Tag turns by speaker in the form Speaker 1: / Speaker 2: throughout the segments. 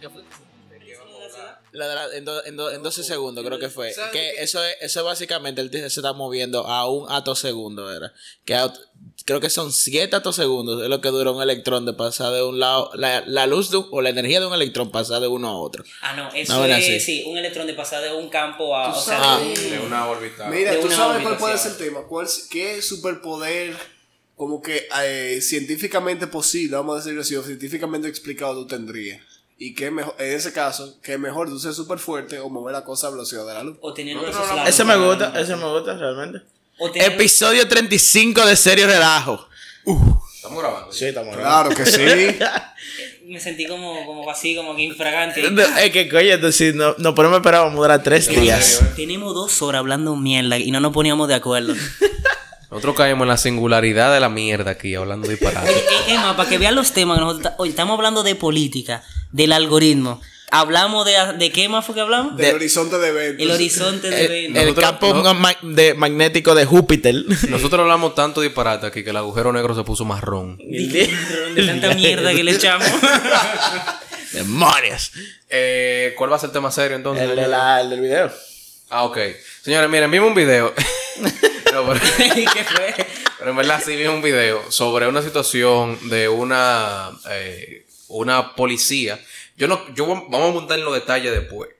Speaker 1: que fue.
Speaker 2: La de la- en, do- en do- en 12 segundos creo que fue. Que eso es, eso es básicamente el disco se está moviendo a un ato segundo, era. Que aut- creo que son 7 atos segundos, es lo que dura un electrón de pasar de un lado, la, la luz de un- o la energía de un electrón pasar de uno a otro.
Speaker 3: Ah, no, eso
Speaker 2: Ah, bueno,
Speaker 3: es
Speaker 2: sí.
Speaker 3: sí, un electrón de pasar de un campo a. Ah,
Speaker 4: Tú
Speaker 3: O sea,
Speaker 4: sabes.
Speaker 3: de un-
Speaker 5: De una órbita.
Speaker 4: Mira,
Speaker 3: De
Speaker 4: tú
Speaker 3: una
Speaker 4: sabes cuál
Speaker 3: órbita,
Speaker 4: puede
Speaker 3: sí.
Speaker 4: ser el tema. ¿Cuál, ¿Qué superpoder, como que eh, científicamente posible, vamos a decirlo así, o científicamente explicado tú tendrías? Y qué mejor, en ese caso, que mejor tú seas súper fuerte o mover la cosa a velocidad de la luz.
Speaker 3: o tener
Speaker 5: No,
Speaker 3: brazos
Speaker 5: no, no.
Speaker 3: largos.
Speaker 2: Ese me gusta, ese me gusta realmente.
Speaker 3: O tener-
Speaker 2: Episodio 35 de Serio Relajo.
Speaker 5: Estamos grabando.
Speaker 2: Sí, estamos
Speaker 4: Claro que sí.
Speaker 3: Me sentí como, como así, como que infragante.
Speaker 2: Es que coño, entonces no, no podemos esperar, vamos a durar 3 días.
Speaker 3: Tenemos dos horas hablando mierda y no nos poníamos de acuerdo.
Speaker 5: Nosotros caemos en la singularidad de la mierda aquí, hablando disparate.
Speaker 3: Eh, Emma, para que vean los temas, que nosotros ta- hoy estamos hablando de política, del algoritmo. Hablamos de. ¿De qué más fue que hablamos?
Speaker 4: Del horizonte de eventos.
Speaker 3: El horizonte de
Speaker 2: El,
Speaker 3: Venus.
Speaker 2: el campo ma- de magnético de Júpiter.
Speaker 5: Nosotros hablamos tanto disparate aquí que el agujero negro se puso marrón.
Speaker 3: De tanta mierda que le echamos.
Speaker 2: Demonios.
Speaker 5: Eh, ¿Cuál va a ser el tema serio entonces?
Speaker 2: El, de la- el del video.
Speaker 5: Ah, ok. Señores, miren, vimos un video. No, pero,
Speaker 3: ¿Qué fue?
Speaker 5: pero en verdad sí vimos un video sobre una situación de una, eh, una policía. Yo no, yo vamos a montar en los detalles después.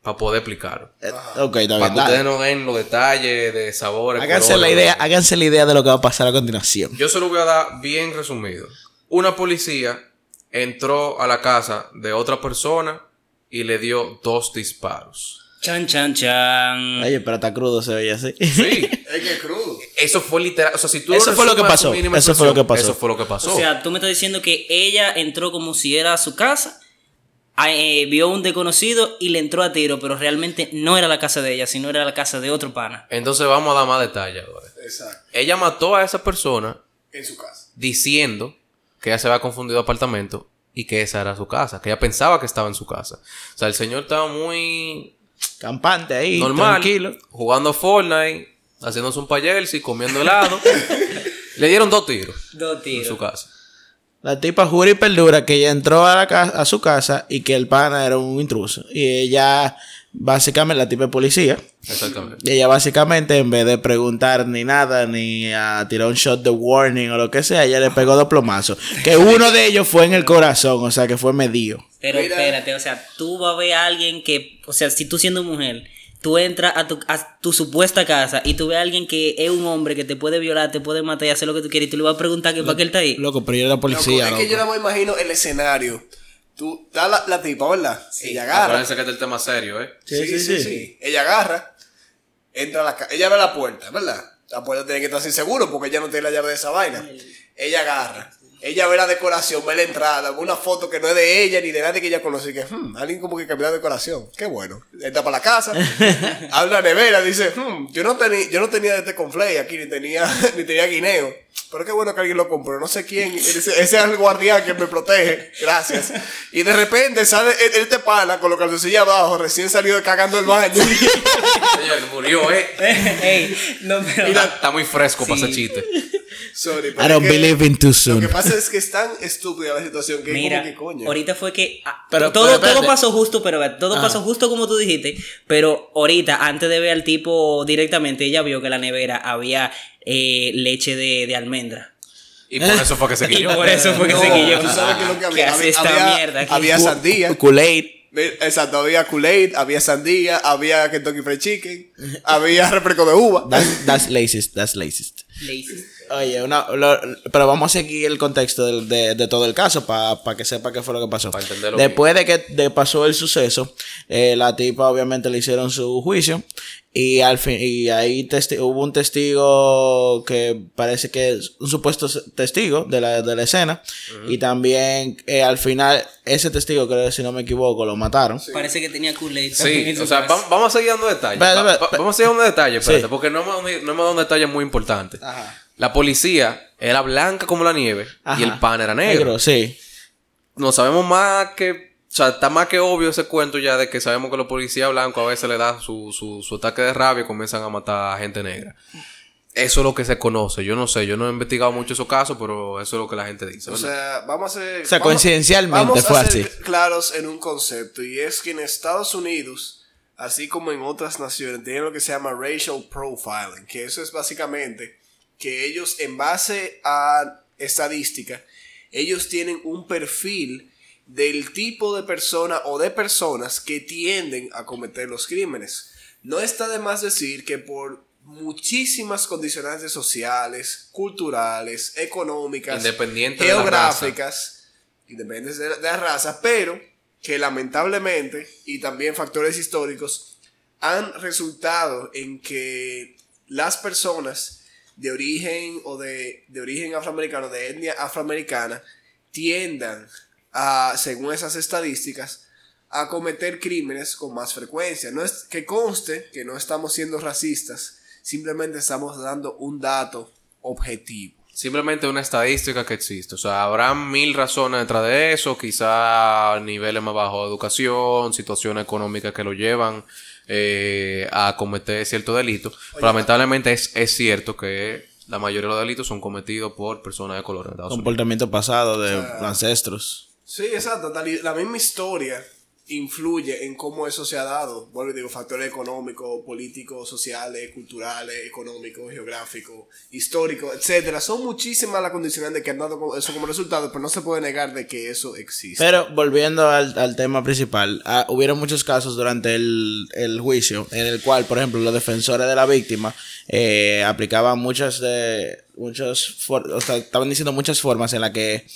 Speaker 5: Para poder explicarlo.
Speaker 2: Eh, ok, está
Speaker 5: Para
Speaker 2: bien.
Speaker 5: que ustedes
Speaker 2: dale.
Speaker 5: no den los detalles de sabores.
Speaker 2: Háganse la
Speaker 5: colores.
Speaker 2: idea, háganse la idea de lo que va a pasar a continuación.
Speaker 5: Yo se lo voy a dar bien resumido. Una policía entró a la casa de otra persona y le dio dos disparos.
Speaker 3: Chan, chan, chan.
Speaker 2: Oye, pero está crudo se veía así.
Speaker 5: Sí.
Speaker 4: Es que es crudo.
Speaker 5: Eso fue literal. O sea, si tú
Speaker 2: Eso fue lo
Speaker 5: resumes
Speaker 2: que
Speaker 5: a
Speaker 2: pasó.
Speaker 5: su mínima
Speaker 2: Eso fue lo
Speaker 5: expresión,
Speaker 2: que pasó.
Speaker 5: Eso fue lo que pasó.
Speaker 3: O sea, tú me estás diciendo que ella entró como si era a su casa, a- eh, vio un desconocido y le entró a tiro, pero realmente no era la casa de ella, sino era la casa de otro pana.
Speaker 5: Entonces vamos a dar más detalles ahora.
Speaker 4: Exacto.
Speaker 5: Ella mató a esa persona
Speaker 4: En su casa.
Speaker 5: diciendo que ella se había confundido de apartamento y que esa era su casa. Que ella pensaba que estaba en su casa. O sea, el señor estaba muy
Speaker 2: Campante ahí,
Speaker 5: normal,
Speaker 2: tranquilo.
Speaker 5: jugando Fortnite, haciéndose un payelsi, comiendo helado. le dieron dos tiros
Speaker 3: Dos
Speaker 5: en su
Speaker 3: tiros.
Speaker 5: casa.
Speaker 2: La tipa jura y perdura que ella entró a, la ca- a su casa y que el pana era un intruso. Y ella, básicamente, la tipa es policía.
Speaker 5: Exactamente.
Speaker 2: Y ella básicamente, en vez de preguntar ni nada, ni a tirar un shot de warning o lo que sea, ella le pegó dos plomazos. Que uno de ellos fue en el corazón, o sea que fue medio.
Speaker 3: Pero
Speaker 4: Mira.
Speaker 3: espérate, o sea, tú vas a ver a alguien que, o sea, si tú siendo mujer, tú entras a tu, a tu supuesta casa y tú ves a alguien que es un hombre que te puede violar, te puede matar y hacer lo que tú quieres y tú le vas a preguntar que para qué él está ahí.
Speaker 2: Loco, pero yo era
Speaker 4: Loco,
Speaker 2: policía.
Speaker 4: es que yo
Speaker 2: loco.
Speaker 4: no me imagino el escenario. Tú, está la, la tipa, ¿verdad? Ella agarra.
Speaker 5: Acuérdense que este es el tema serio, ¿eh?
Speaker 2: Sí, sí, sí.
Speaker 4: Ella agarra, entra a la casa. Ella abre la puerta, ¿verdad? La puerta tiene que estar sin seguro porque ella no tiene la llave de esa vaina. Ella agarra. Ella ve la decoración, ve la entrada, ve una foto que no es de ella ni de nadie que ella conoce. y Que, hmm, alguien como que cambió la decoración. Qué bueno. Entra para la casa, abre la nevera, dice, hmm, yo no, tenía yo no tenía este conflay aquí, ni tenía, ni tenía guineo. Pero qué bueno que alguien lo compró, no sé quién. Ese, ese es el guardián que me protege. Gracias. Y de repente sale e- este pana con los calzoncillos abajo, recién salido de cagando el baño.
Speaker 5: Señor, murió, ¿eh?
Speaker 3: Ey, no, pero-
Speaker 5: Mira, está muy fresco para
Speaker 3: Sí.
Speaker 5: ese chiste.
Speaker 4: Sorry, pero
Speaker 2: I don't
Speaker 4: es que
Speaker 2: believe in too
Speaker 4: Lo
Speaker 2: soon.
Speaker 4: que pasa es que es tan estúpida la situación que
Speaker 3: Mira,
Speaker 4: como que coño.
Speaker 3: ahorita fue que ah,
Speaker 2: Pero-
Speaker 3: todo,
Speaker 2: pero espérate. Ah.
Speaker 3: todo pasó justo, pero ve, todo
Speaker 2: Ajá.
Speaker 3: pasó justo como tú dijiste, pero ahorita, antes de ver al tipo directamente, ella vio que en la nevera había eh, leche de, de almendra.
Speaker 5: Y por eso fue que se
Speaker 3: Y
Speaker 5: quilló.
Speaker 3: por eso fue que se
Speaker 4: No,
Speaker 3: quilló.
Speaker 4: tú sabes que lo que
Speaker 3: ¿Qué
Speaker 4: había.
Speaker 3: hace
Speaker 4: había,
Speaker 3: esta
Speaker 4: había-
Speaker 3: mierda aquí?
Speaker 4: había sandía.
Speaker 2: Kool-Aid.
Speaker 4: Mira, Exacto, había Kool-Aid, había sandía, había Kentucky Fried Chicken, había refresco de uva.
Speaker 2: That's, that's racist, that's racist.
Speaker 3: Lazy.
Speaker 2: Oye, una, lo- pero vamos a seguir el contexto del- de, de todo el caso para que sepa qué fue lo que pasó.
Speaker 5: Pa' entender lo
Speaker 2: Después de que de pasó el suceso, eh, la tipa obviamente le hicieron su juicio y al fin y ahí testi- hubo un testigo que parece que es un supuesto s- testigo de la, de la escena y también eh, al final ese testigo creo que si no me equivoco lo mataron.
Speaker 3: Parece que tenía Kool-Aid. también en
Speaker 5: Sí,
Speaker 3: su
Speaker 5: o sea,
Speaker 3: casa.
Speaker 5: vam- vamos a seguir dando detalles.
Speaker 2: Espérate,
Speaker 5: Va- va-
Speaker 2: espérate.
Speaker 5: vamos a seguir dando detalles, espérate,
Speaker 2: Sí.
Speaker 5: porque no hemos, no hemos dado un detalle muy importante.
Speaker 2: Ajá.
Speaker 5: La policía era blanca como la nieve y el
Speaker 2: Ajá.
Speaker 5: pan era negro.
Speaker 2: sí.
Speaker 5: No sabemos más que. O sea, está más que obvio ese cuento ya de que sabemos que los policías blancos a veces le dan su, su, su ataque de rabia y comienzan a matar a gente negra. Eso es lo que se conoce. Yo no sé, yo no he investigado mucho esos casos, pero eso es lo que la gente dice.
Speaker 4: O
Speaker 5: ¿verdad?
Speaker 4: sea, vamos a hacer.
Speaker 2: O sea,
Speaker 4: vamos-
Speaker 2: coincidencialmente
Speaker 4: vamos a
Speaker 2: fue
Speaker 4: ser
Speaker 2: así.
Speaker 4: claros en un concepto, y es que en Estados Unidos, así como en otras naciones, tienen lo que se llama racial profiling, que eso es básicamente que ellos, en base a estadística, ellos tienen un perfil del tipo de persona o de personas que tienden a cometer los crímenes. No está de más decir que por muchísimas condicionantes sociales, culturales, económicas,
Speaker 5: Independiente de la
Speaker 4: geográficas, independientes de la, de la raza, pero que lamentablemente, y también factores históricos, han resultado en que las personas de origen o de, de origen afroamericano, de etnia afroamericana, tiendan a, según esas estadísticas, a cometer crímenes con más frecuencia. No es que conste que no estamos siendo racistas, simplemente estamos dando un dato objetivo.
Speaker 5: Simplemente una estadística que existe. O sea, habrá mil razones detrás de eso. Quizá niveles más bajos de educación, situaciones económicas que lo llevan eh, a cometer cierto delito. Pero lamentablemente es, es cierto que la mayoría de los delitos son cometidos por personas de color en Estados Unidos.
Speaker 2: Comportamiento pasado de ancestros.
Speaker 4: Sí, exacto. tal y- La misma historia influye en cómo eso se ha dado. Bueno, digo, factores económicos, políticos, sociales, culturales, económicos, geográficos, históricos, etcétera. Son muchísimas las condicionantes que han dado como- eso como resultado, pero no se puede negar de que eso existe.
Speaker 2: Pero volviendo al, al tema principal, ah, hubieron muchos casos durante el, el juicio en el cual, por ejemplo, los defensores de la víctima eh, aplicaban muchas de muchas for- o sea, estaban diciendo muchas formas en la que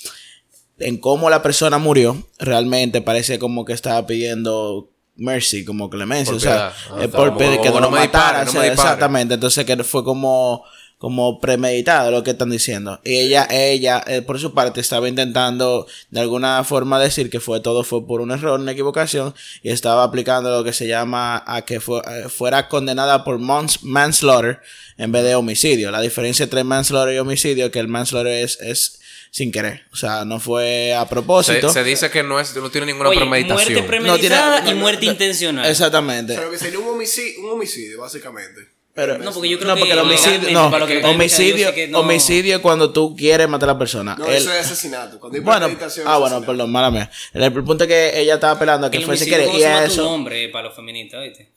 Speaker 2: en cómo la persona murió realmente parece como que estaba pidiendo mercy, como clemencia, o sea,
Speaker 5: Por piedad.
Speaker 2: eh,
Speaker 5: Ah,
Speaker 2: por
Speaker 5: como-
Speaker 2: pedir que
Speaker 5: como
Speaker 2: no,
Speaker 5: no
Speaker 2: lo
Speaker 5: me dispare,
Speaker 2: matara,
Speaker 5: no
Speaker 2: o sea,
Speaker 5: me dispare.
Speaker 2: exactamente, entonces que fue como como premeditado lo que están diciendo. Y ella, ella, eh, por su parte, estaba intentando de alguna forma decir que fue todo fue por un error, una equivocación, y estaba aplicando lo que se llama a que fue- eh, fuera condenada por mans- manslaughter en vez de homicidio. La diferencia entre manslaughter y homicidio es que el manslaughter es, es sin querer. O sea, no fue a
Speaker 5: Se,
Speaker 2: propósito.
Speaker 5: se dice que no, es, no tiene ninguna
Speaker 3: Oye, muerte
Speaker 5: premeditación.
Speaker 3: premeditada
Speaker 2: No tiene-
Speaker 3: y
Speaker 2: no,
Speaker 3: muerte
Speaker 2: no,
Speaker 3: intencional.
Speaker 2: Exactamente.
Speaker 4: Pero que sería un homicidio, un homicidio básicamente.
Speaker 2: Pero,
Speaker 3: No, porque yo creo
Speaker 2: no,
Speaker 3: que
Speaker 2: porque el homicidio,
Speaker 3: legalmente,
Speaker 2: no,
Speaker 3: para lo que me parece, yo
Speaker 2: homicidio,
Speaker 3: sé que no-
Speaker 2: homicidio es cuando tú quieres matar a la persona.
Speaker 4: No,
Speaker 2: El-
Speaker 4: eso es asesinato. Cuando hay
Speaker 2: bueno,
Speaker 4: premeditación,
Speaker 2: ah,
Speaker 4: es
Speaker 2: bueno,
Speaker 4: asesinato.
Speaker 2: perdón, mala mía. El, el punto es que ella estaba apelando a que
Speaker 3: el
Speaker 2: fuese
Speaker 3: homicidio
Speaker 2: querer.
Speaker 3: como
Speaker 2: Y
Speaker 3: se mata un
Speaker 2: eso.
Speaker 3: hombre para los feministas, ¿viste?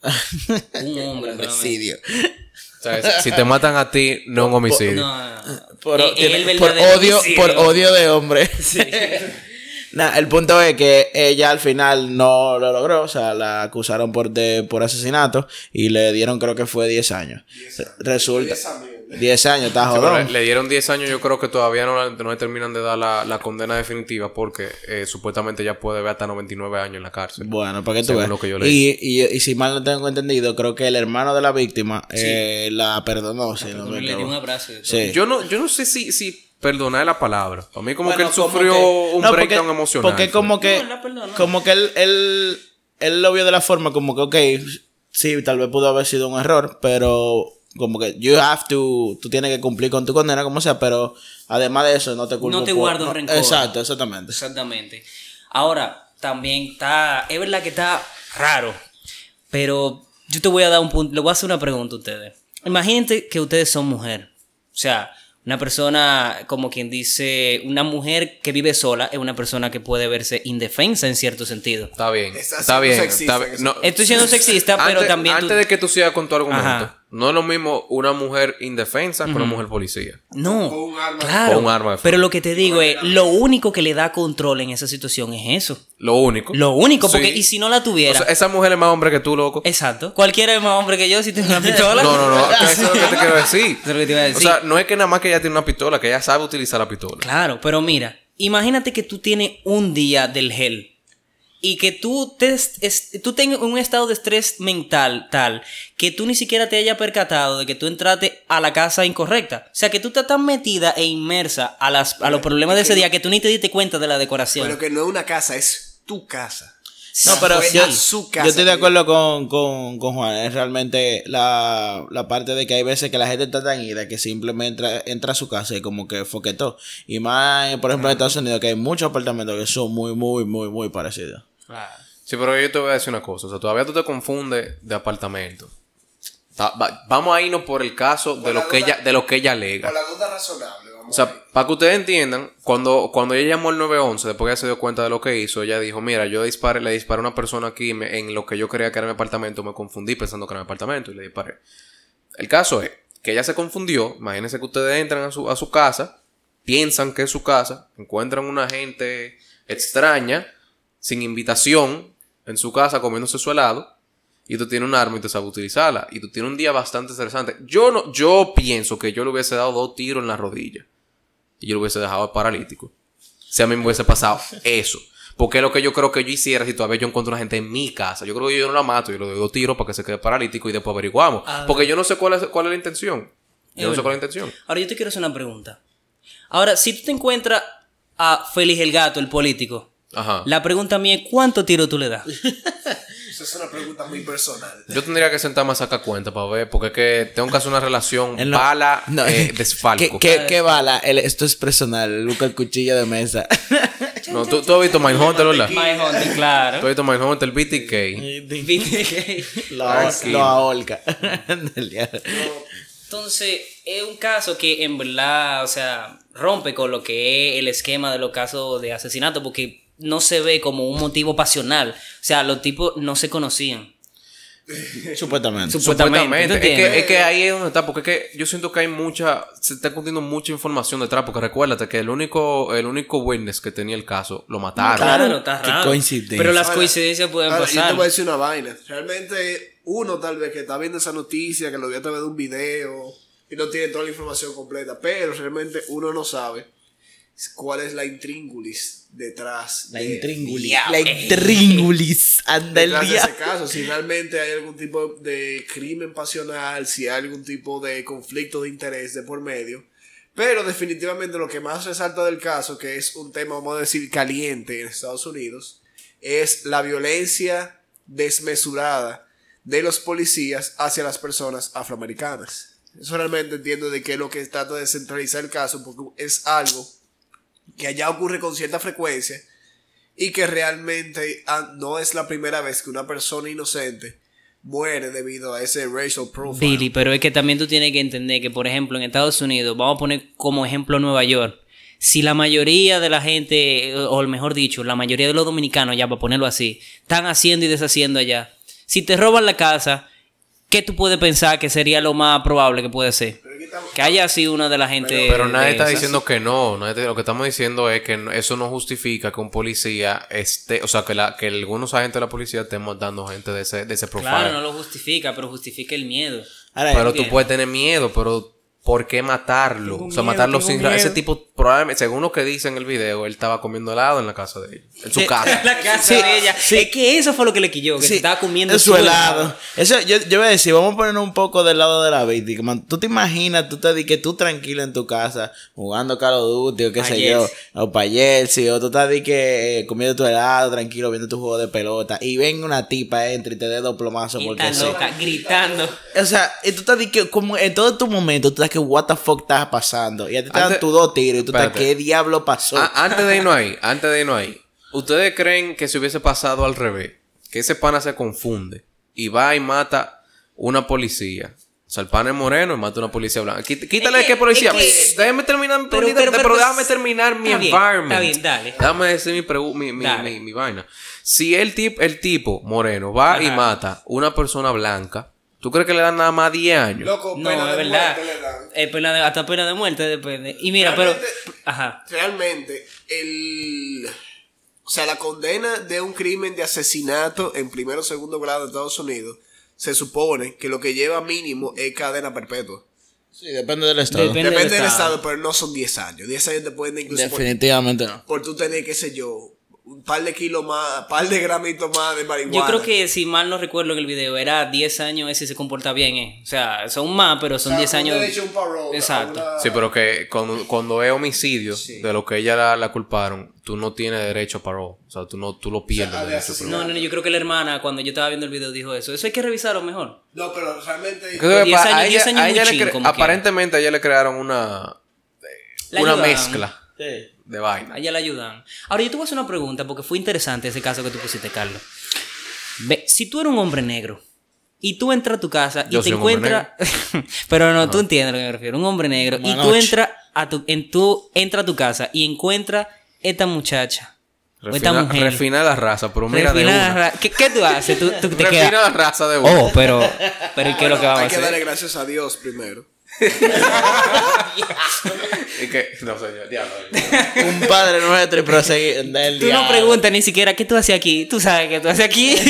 Speaker 3: Un hombre. solamente.
Speaker 5: O sea, si te matan a ti, no es un homicidio.
Speaker 3: No, no, no.
Speaker 2: Por,
Speaker 3: El-
Speaker 2: tiene-
Speaker 3: el
Speaker 2: por
Speaker 3: verdadero
Speaker 2: odio,
Speaker 3: homicidio.
Speaker 2: por odio de hombre.
Speaker 3: Sí.
Speaker 2: Nah, el punto es que ella al final no lo logró, o sea, la acusaron por, de, por asesinato y le dieron creo que fue 10 años. Resulta.
Speaker 4: 10 años.
Speaker 2: 10 años, está
Speaker 5: Sí, pero
Speaker 2: jodón.
Speaker 5: le, le dieron 10 años, yo creo que todavía no, la- no le terminan de dar la, la condena definitiva porque eh, supuestamente ya puede ver hasta 99 años en la cárcel.
Speaker 2: Bueno, para que tú
Speaker 5: Según
Speaker 2: veas.
Speaker 5: lo que yo
Speaker 2: Y, y, y si mal no tengo entendido, creo que el hermano de la víctima eh, la perdonó. si no me
Speaker 3: Le di un
Speaker 2: equivoco.
Speaker 3: abrazo. y todo.
Speaker 2: Sí.
Speaker 5: Yo no, yo no sé si, si perdonar la palabra. A mí como
Speaker 2: Bueno,
Speaker 5: que él sufrió
Speaker 2: que-
Speaker 5: un
Speaker 2: no, porque-
Speaker 5: breakdown emocional.
Speaker 2: Porque como que,
Speaker 3: No, la perdonó.
Speaker 2: como que él, él, él lo vio de la forma como que, ok, sí, tal vez pudo haber sido un error, pero como que you have to, tú tienes que cumplir con tu condena, como sea, pero además de eso, no te culpo.
Speaker 3: No te
Speaker 2: por-
Speaker 3: guardo
Speaker 2: no-
Speaker 3: rencor.
Speaker 2: Exacto, exactamente.
Speaker 3: Exactamente. Ahora, también está. Es verdad que está raro. Pero yo te voy a dar un punto. Le voy a hacer una pregunta a ustedes. Imagínate que ustedes son mujer. O sea, una persona, como quien dice, una mujer que vive sola es una persona que puede verse indefensa en cierto sentido.
Speaker 5: Está bien.
Speaker 4: Está
Speaker 5: Está bien.
Speaker 4: siendo sexista
Speaker 5: está
Speaker 4: en
Speaker 5: bien.
Speaker 4: ese
Speaker 5: No, eh,
Speaker 4: punto.
Speaker 3: Estoy siendo sexista,
Speaker 5: antes,
Speaker 3: pero también. tú-
Speaker 5: antes de que tú sigas con tu argumento,
Speaker 3: Ajá.
Speaker 5: no es lo mismo una mujer indefensa que una mujer policía.
Speaker 3: No,
Speaker 4: O un arma de
Speaker 3: claro.
Speaker 5: fuego. O un arma de fuego.
Speaker 3: pero lo que te digo es, lo único que le da control en esa situación es eso.
Speaker 5: Lo único.
Speaker 3: Lo único, porque
Speaker 5: Sí.
Speaker 3: y si no la
Speaker 5: O
Speaker 3: tuviera.
Speaker 5: sea, esa mujer es más hombre que tú, loco.
Speaker 3: Exacto. Cualquiera es más hombre que yo si tiene una pistola.
Speaker 5: No, no, no. Eso es lo que te quiero decir.
Speaker 3: Eso es lo que te iba a
Speaker 5: O
Speaker 3: decir.
Speaker 5: sea, no es que nada más que ella tiene una pistola, que ella sabe utilizar la pistola.
Speaker 3: Claro, pero mira, imagínate que tú tienes un día del gel y que tú, te est- est- tú tengas un estado de estrés mental tal que tú ni siquiera te hayas percatado de que tú entraste a la casa incorrecta. O sea, que tú estás tan metida e inmersa a, las, a los problemas de ese día que tú ni te diste cuenta de la decoración. Ah,
Speaker 4: Pero que no es una casa, es tu casa.
Speaker 2: No, pero
Speaker 4: Fue
Speaker 2: yo,
Speaker 4: a su
Speaker 2: yo
Speaker 4: casa,
Speaker 2: estoy de
Speaker 4: tío.
Speaker 2: acuerdo con, con, con Juan. Es realmente la, la parte de que hay veces que la gente está tan ida que simplemente entra, entra a su casa y como que foquetó. Y más, por ejemplo, en Estados Unidos, que hay muchos apartamentos que son muy, muy, muy, muy parecidos.
Speaker 5: Sí, pero yo te voy a decir una cosa. O sea, todavía tú te confundes de apartamento. Ta- va- vamos a irnos por el caso de
Speaker 4: Por la
Speaker 5: lo, que
Speaker 4: duda-
Speaker 5: ella, de lo que ella
Speaker 4: Con
Speaker 5: alega.
Speaker 4: la duda razonable, vamos
Speaker 5: O
Speaker 4: a ver.
Speaker 5: sea, para que ustedes entiendan, cuando, cuando ella llamó al 911, después que ella se dio cuenta de lo que hizo, ella dijo, mira, yo disparé, le disparé a una persona aquí me- en lo que yo creía que era mi apartamento, me confundí pensando que era mi apartamento y le disparé. El caso es que ella se confundió, imagínense que ustedes entran a su, a su casa, piensan que es su casa, encuentran una gente extraña, sin invitación, en su casa comiéndose su helado, y tú tienes un arma y tú sabes utilizarla, y tú tienes un día bastante estresante. Yo, no, yo pienso que yo le hubiese dado dos tiros en la rodilla y yo lo hubiese dejado paralítico. Si a mí me hubiese pasado eso. Porque es lo que yo creo que yo hiciera si todavía yo encuentro una gente en mi casa. Yo creo que yo no la mato, yo le doy dos tiros para que se quede paralítico y después averiguamos.
Speaker 3: Ah.
Speaker 5: Porque yo no sé cuál es, cuál es la intención.
Speaker 3: Es
Speaker 5: Yo no sé
Speaker 3: verdad.
Speaker 5: cuál es la intención.
Speaker 3: Ahora yo te quiero hacer una pregunta. Ahora, si tú te encuentras a Félix el Gato, el político,
Speaker 5: Ajá.
Speaker 3: la pregunta mía es ¿cuánto tiro tú le das?
Speaker 4: Esa es una pregunta muy personal.
Speaker 5: Yo tendría que sentarme a sacar cuenta para ver, porque es que tengo que hacer una relación
Speaker 2: Él no-
Speaker 5: bala
Speaker 2: no,
Speaker 5: eh, desfalco.
Speaker 2: ¿Qué, qué, qué bala? El- esto es personal. Luca el cuchillo de mesa.
Speaker 5: No, ¿tú, tú has visto Mindhunter, ¿verdad?
Speaker 3: My Hunter,
Speaker 5: Tú
Speaker 3: claro.
Speaker 5: has visto Mindhunter, el BTK.
Speaker 2: lo,
Speaker 5: Tranquilo.
Speaker 2: lo ahorca. Del día.
Speaker 3: Entonces, es un caso que en verdad, o sea, rompe con lo que es el esquema de los casos de asesinato, porque no se ve como un motivo pasional. O sea, los tipos no se conocían.
Speaker 2: Supuestamente.
Speaker 3: Supuestamente. ¿tú
Speaker 5: Supuestamente. Es que,
Speaker 3: entiendes?
Speaker 5: es que ahí es donde está, porque es que yo siento que hay mucha, se está contiendo mucha información detrás, porque recuérdate que el único, el único witness que tenía el caso lo mataron.
Speaker 2: Claro,
Speaker 3: Claro, está
Speaker 2: qué
Speaker 3: raro.
Speaker 2: coincidencia.
Speaker 3: Pero las
Speaker 4: Ah, Ahora-
Speaker 3: coincidencias pueden
Speaker 4: ahora, Yo te
Speaker 3: pasar.
Speaker 4: voy a decir una vaina. Realmente, uno tal vez que está viendo esa noticia, que lo vio a través de un video y no tiene toda la información completa, pero realmente uno no sabe cuál es la intríngulis detrás.
Speaker 2: La
Speaker 4: de-
Speaker 2: intríngulis.
Speaker 3: Ya,
Speaker 2: La
Speaker 3: eh.
Speaker 2: intríngulis. Anda el
Speaker 4: detrás de ese
Speaker 2: día.
Speaker 4: caso, si realmente hay algún tipo de crimen pasional, si hay algún tipo de conflicto de interés de por medio. Pero definitivamente lo que más resalta del caso, que es un tema, vamos a decir, caliente en Estados Unidos, es la violencia desmesurada de los policías hacia las personas afroamericanas. Eso realmente entiendo de que es lo que trata de centralizar el caso, porque es algo que allá ocurre con cierta frecuencia y que realmente ah, no es la primera vez que una persona inocente muere debido a ese racial profile.
Speaker 3: Billy, pero es que también tú tienes que entender que, por ejemplo, en Estados Unidos, vamos a poner como ejemplo Nueva York, si la mayoría de la gente, o o mejor dicho, la mayoría de los dominicanos, ya para ponerlo así, están haciendo y deshaciendo allá, si te roban la casa, ¿qué tú puedes pensar que sería lo más probable que puede ser?
Speaker 4: Pero aquí estamos-
Speaker 3: Que haya sido una de la gente.
Speaker 5: Pero nadie
Speaker 3: de
Speaker 5: está
Speaker 3: esas.
Speaker 5: diciendo que no. nadie está- lo que estamos diciendo es que no- eso no justifica que un policía esté, o sea, que, la, que algunos agentes de la policía estén matando gente de ese, de ese profile.
Speaker 3: Claro, no lo justifica, pero justifica el miedo.
Speaker 2: Ahora,
Speaker 5: pero tú
Speaker 3: entiendo.
Speaker 5: puedes tener miedo, pero ¿por qué matarlo?
Speaker 3: Tengo
Speaker 5: o sea,
Speaker 3: miedo,
Speaker 5: matarlo
Speaker 3: tengo
Speaker 5: sin... ra- Ese
Speaker 3: miedo.
Speaker 5: tipo, probablemente, según lo que dice en el video, él estaba comiendo helado en la casa de ella. En su casa.
Speaker 3: La casa de ella. Es que eso fue lo que le quilló, que
Speaker 2: Sí,
Speaker 3: se estaba comiendo
Speaker 2: su helado. Eso, yo, yo voy a decir, vamos a ponernos un poco del lado de la víctima. Tú te imaginas, tú te di que tú tranquilo en tu casa, jugando Call of Duty o qué
Speaker 3: Pa'
Speaker 2: sé yo,
Speaker 3: Jersey.
Speaker 2: o pa' Jersey, o tú te di que eh, comiendo tu helado, tranquilo, viendo tu juego de pelota, y venga una tipa, entra y te dé dos plomazos
Speaker 3: Y
Speaker 2: porque
Speaker 3: está
Speaker 2: sí.
Speaker 3: loca, gritando.
Speaker 2: O sea, y tú te di que como en todo tu momento, tú estás que what the fuck estás pasando. Y a ti te dan
Speaker 5: Antes-
Speaker 2: tus dos tiros y tú estás
Speaker 5: Espérate.
Speaker 2: qué diablo pasó.
Speaker 5: A- antes de irnos ahí, antes de irnos ahí. ¿Ustedes creen que si hubiese pasado al revés, que ese pana se confunde y va y mata una policía? O sea, el pana es moreno y mata una policía blanca. Quít- Quítale
Speaker 3: Es que-
Speaker 5: qué policía.
Speaker 3: es que-
Speaker 5: déjame terminar mi
Speaker 3: Pero-
Speaker 5: pregunta,
Speaker 3: pero- pero-
Speaker 5: pero déjame terminar mi
Speaker 3: está bien,
Speaker 5: environment.
Speaker 3: está bien, dale.
Speaker 5: Déjame decir mi, pregu- mi, mi-
Speaker 3: Dale.
Speaker 5: mi- mi vaina. Si el, tip- el tipo moreno va y
Speaker 3: Ajá.
Speaker 5: mata una persona blanca, ¿tú crees que le dan nada más 10 años?
Speaker 4: Loco,
Speaker 3: No,
Speaker 4: pena
Speaker 3: es
Speaker 4: de
Speaker 3: verdad.
Speaker 4: muerte le dan.
Speaker 3: Eh, pena de- hasta pena de muerte depende. Y mira, pero.
Speaker 4: Realmente-
Speaker 3: Ajá.
Speaker 4: Realmente, el. O sea, la condena de un crimen de asesinato en primero o segundo grado de Estados Unidos se supone que lo que lleva mínimo es cadena perpetua.
Speaker 2: Sí, depende del estado.
Speaker 3: Depende- del
Speaker 4: Depende del
Speaker 3: estado.
Speaker 4: estado, pero no son 10 años. 10 años te pueden dar incluso por,
Speaker 2: Definitivamente no.
Speaker 4: por tú tener, qué sé yo, un par de kilos más, un par de gramitos más de marihuana.
Speaker 3: Yo creo que si mal no recuerdo en el video, era 10 años ese se comporta bien, eh. O sea, son más, pero son 10 años. Exacto.
Speaker 5: Sí, pero que cuando, cuando es homicidio de lo que ella la, la culparon, tú no tienes derecho a parole. O sea, tú, no, tú lo pierdes.
Speaker 4: a de
Speaker 5: derecho a
Speaker 4: asesinato.
Speaker 5: parole.
Speaker 3: No, no, no, yo creo que la hermana, cuando yo estaba viendo el video, dijo eso. Eso hay que revisarlo mejor.
Speaker 4: No, pero realmente.
Speaker 5: Creo que
Speaker 3: 10
Speaker 5: pa-
Speaker 3: años-
Speaker 5: a
Speaker 3: 10 años
Speaker 5: ella- a ella
Speaker 3: muy
Speaker 5: le
Speaker 3: chin,
Speaker 5: cre-
Speaker 3: como quiera.
Speaker 5: Aparentemente a ella le crearon una,
Speaker 3: La
Speaker 5: una
Speaker 3: ayudan.
Speaker 5: mezcla de vaina.
Speaker 3: Allá la ayudan. Ahora, yo te voy a hacer una pregunta porque fue interesante ese caso que tú pusiste, Carlos. Ve, si tú eres un hombre negro Y tú entras a tu casa
Speaker 5: Yo
Speaker 3: y te
Speaker 5: soy un hombre
Speaker 3: encuentras. Pero no, tú entiendes a lo que me refiero. Un hombre negro. Y tú
Speaker 2: Manoche.
Speaker 3: entras a tu, en tu, entra a tu casa y encuentras esta muchacha. o esta
Speaker 5: Refina-
Speaker 3: mujer.
Speaker 5: refina la raza, pero mira de
Speaker 3: Refina la
Speaker 5: una.
Speaker 3: ra- ¿Qué, qué tú haces? Tú, tú te
Speaker 5: Refina
Speaker 3: quedas.
Speaker 5: la raza de una.
Speaker 3: Oh, pero. Pero ¿y ¿qué es lo que vamos a
Speaker 4: Hay que darle
Speaker 3: hacer?
Speaker 4: gracias a Dios primero.
Speaker 5: Y que, no señor, diablo.
Speaker 2: Un padre nuestro y proseguir. del
Speaker 3: Tú no
Speaker 2: diablo.
Speaker 3: preguntas ni siquiera qué tú haces aquí. Tú sabes qué tú haces aquí.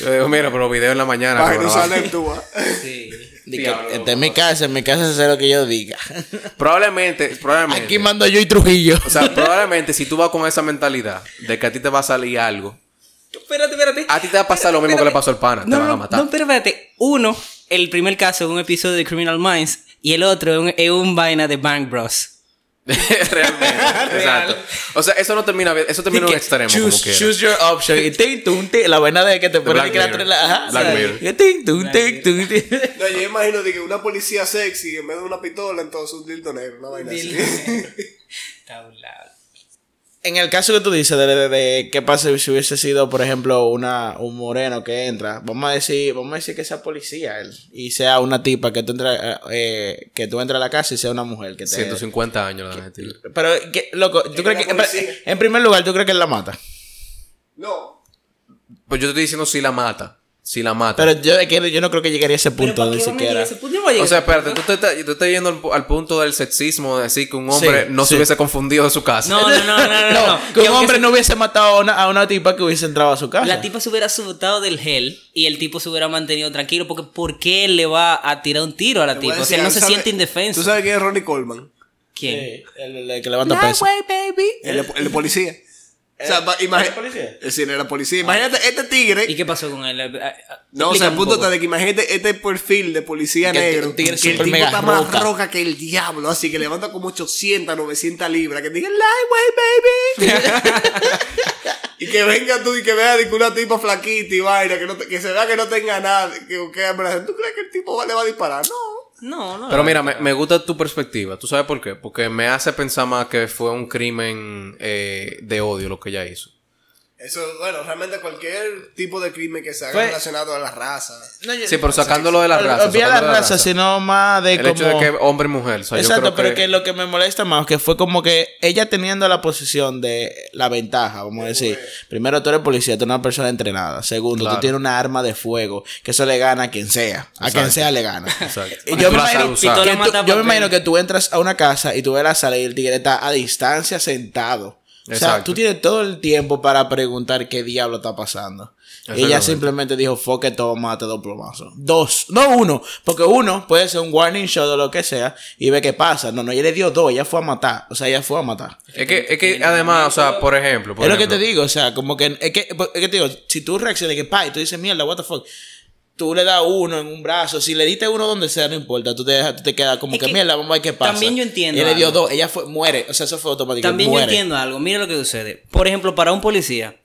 Speaker 5: Yo digo, mira, pero video en la mañana.
Speaker 4: Para que
Speaker 5: que
Speaker 4: no
Speaker 5: grababa.
Speaker 4: salen tú, ¿ah?
Speaker 3: sí.
Speaker 2: Di que,
Speaker 5: Diablo.
Speaker 2: esta es mi casa, en mi casa se hace lo que yo diga.
Speaker 5: probablemente, probablemente.
Speaker 2: Aquí mando yo y Trujillo.
Speaker 5: o sea, probablemente si tú vas con esa mentalidad de que a ti te va a salir algo,
Speaker 3: Espérate, espérate.
Speaker 5: a ti te va a pasar lo mismo que le pasó al pana. te
Speaker 3: No,
Speaker 5: van a
Speaker 3: no,
Speaker 5: matar.
Speaker 3: no, pero espérate. Uno, el primer caso es un episodio de Criminal Minds y el otro es un, es un vaina de Bang Bros.
Speaker 5: Realmente. Exacto. O sea, eso no termina bien. Eso termina en un extremo. como
Speaker 2: choose,
Speaker 5: quiera.
Speaker 2: choose your option. Y ting, tung, ting. la vaina de que te ponen
Speaker 5: Black
Speaker 2: y que la
Speaker 5: Mirror.
Speaker 2: tres la- ajá.
Speaker 5: Black
Speaker 2: O sea,
Speaker 5: Mirror.
Speaker 2: que ting, tung, ting, tung, ting.
Speaker 4: No, yo imagino de que una policía sexy en vez de una pistola, entonces un dildo negro, una vaina así.
Speaker 2: En el caso que tú dices de, de- de qué pasa si hubiese sido, por ejemplo, una, un moreno que entra, vamos a decir, vamos a decir que sea policía él, y sea una tipa que tú entras eh, que tú entras a la casa y sea una mujer que te
Speaker 5: 150 años la gente.
Speaker 2: Pero ¿qué- loco, tú crees que
Speaker 4: la policía.
Speaker 2: en- en primer lugar tú crees que él la mata.
Speaker 4: No.
Speaker 5: Pues yo te estoy diciendo si la mata. Si la mata.
Speaker 2: Pero yo, yo no creo que llegaría a ese punto ni siquiera.
Speaker 3: Pues,
Speaker 5: o sea, espérate, tú te estás tú estás yendo al, pu- al punto del sexismo de decir que un hombre
Speaker 2: Sí,
Speaker 5: no se
Speaker 2: sí.
Speaker 5: hubiese confundido de su casa.
Speaker 3: No, no, no, no, no. no,
Speaker 2: No, que un hombre no hubiese matado a una, a una tipa que hubiese entrado a su casa.
Speaker 3: La tipa se hubiera subotado del gel y el tipo se hubiera mantenido tranquilo porque ¿por qué él le va a tirar un tiro a la
Speaker 4: Te voy a
Speaker 3: tipa? O
Speaker 4: decir,
Speaker 3: sea, él no se
Speaker 4: ¿sabes-
Speaker 3: siente indefenso.
Speaker 4: ¿Tú sabes quién es Ronnie Coleman?
Speaker 3: ¿Quién?
Speaker 2: Sí, el, el que levanta peso.
Speaker 4: El, de- el de policía. O
Speaker 2: Eh,
Speaker 4: sea,
Speaker 2: ¿Era policía?
Speaker 4: imagínate. Sí, él era policía. Imagínate este
Speaker 3: ¿Y
Speaker 4: tigre.
Speaker 3: qué pasó con él? Ah, ah,
Speaker 4: No, o
Speaker 3: explícame
Speaker 4: sea, el
Speaker 3: un
Speaker 4: punto
Speaker 3: poco.
Speaker 4: está de que imagínate este perfil de policía
Speaker 2: Que el
Speaker 4: negro.
Speaker 2: tigre es
Speaker 4: que el
Speaker 2: súper
Speaker 4: tipo
Speaker 2: mega
Speaker 4: está más
Speaker 2: roca.
Speaker 4: roca que el diablo. Así que levanta como 800, 900 libras. Que diga, Lightweight, baby. y que venga tú y que vea de que una tipa flaquita y vaina. Que, no te- que se vea que no tenga nada. Que, que, amenaza. ¿Tú crees que el tipo va- le va a disparar? No.
Speaker 3: No, no.
Speaker 5: Pero mira, me, me gusta tu perspectiva. ¿Tú sabes por qué? Porque me hace pensar más que fue un crimen eh, de odio lo que ella hizo.
Speaker 4: Eso, bueno, realmente cualquier tipo de crimen que se haga
Speaker 2: Fue-
Speaker 4: relacionado a la raza.
Speaker 5: Sí, pero sacándolo de la
Speaker 2: Ol-
Speaker 5: raza.
Speaker 2: Olvida la
Speaker 5: sacándolo de
Speaker 2: raza, sino más de
Speaker 5: El
Speaker 2: como...
Speaker 5: hecho de que hombre y mujer. O sea, yo
Speaker 2: Exacto,
Speaker 5: creo
Speaker 2: pero
Speaker 5: que-
Speaker 2: que... lo que me molesta más que fue como que ella teniendo la posición de la ventaja, vamos a decir. Primero, tú eres policía, tú eres una persona entrenada. Segundo,
Speaker 5: Claro.
Speaker 2: tú tienes una arma de fuego, que eso le gana a quien sea. A quien sea le gana.
Speaker 5: Exacto.
Speaker 2: Y
Speaker 5: Tú
Speaker 2: eh, yo me,
Speaker 5: la sabes
Speaker 2: imagino,
Speaker 5: usar.
Speaker 2: que
Speaker 3: Pistola
Speaker 2: tú-
Speaker 3: mata
Speaker 2: yo me
Speaker 3: papel.
Speaker 2: imagino que tú entras a una casa y tú ves la sala y el tigre está a distancia sentado. O sea,
Speaker 5: Exacto.
Speaker 2: tú tienes todo el tiempo para preguntar qué diablo está pasando. Ella
Speaker 5: Exactamente.
Speaker 2: simplemente dijo, fuck it, toma, te doy plomazo. Dos, no uno, porque uno puede ser un warning shot o lo que sea y ve qué pasa. No, no, ella le dio dos, ella fue a matar. O sea, ella fue a matar.
Speaker 5: Es que, es que además, o sea, por ejemplo. por
Speaker 2: es lo que
Speaker 5: ejemplo,
Speaker 2: te digo, o sea, como que es que, pues, es que te digo, si tú reaccionas que pa, y tú dices, mierda, what the fuck. Tú le das uno en un brazo, si le diste uno donde sea, no importa, tú te, dejas- tú te quedas como
Speaker 3: Es
Speaker 2: que,
Speaker 3: que
Speaker 2: mierda, vamos a ver qué pasa.
Speaker 3: también yo entiendo
Speaker 2: Ella le dio
Speaker 3: algo.
Speaker 2: dos, ella fue, muere, o sea, eso fue automático.
Speaker 3: También
Speaker 2: muere.
Speaker 3: yo entiendo algo. Mira lo que sucede. Por ejemplo, para un policía,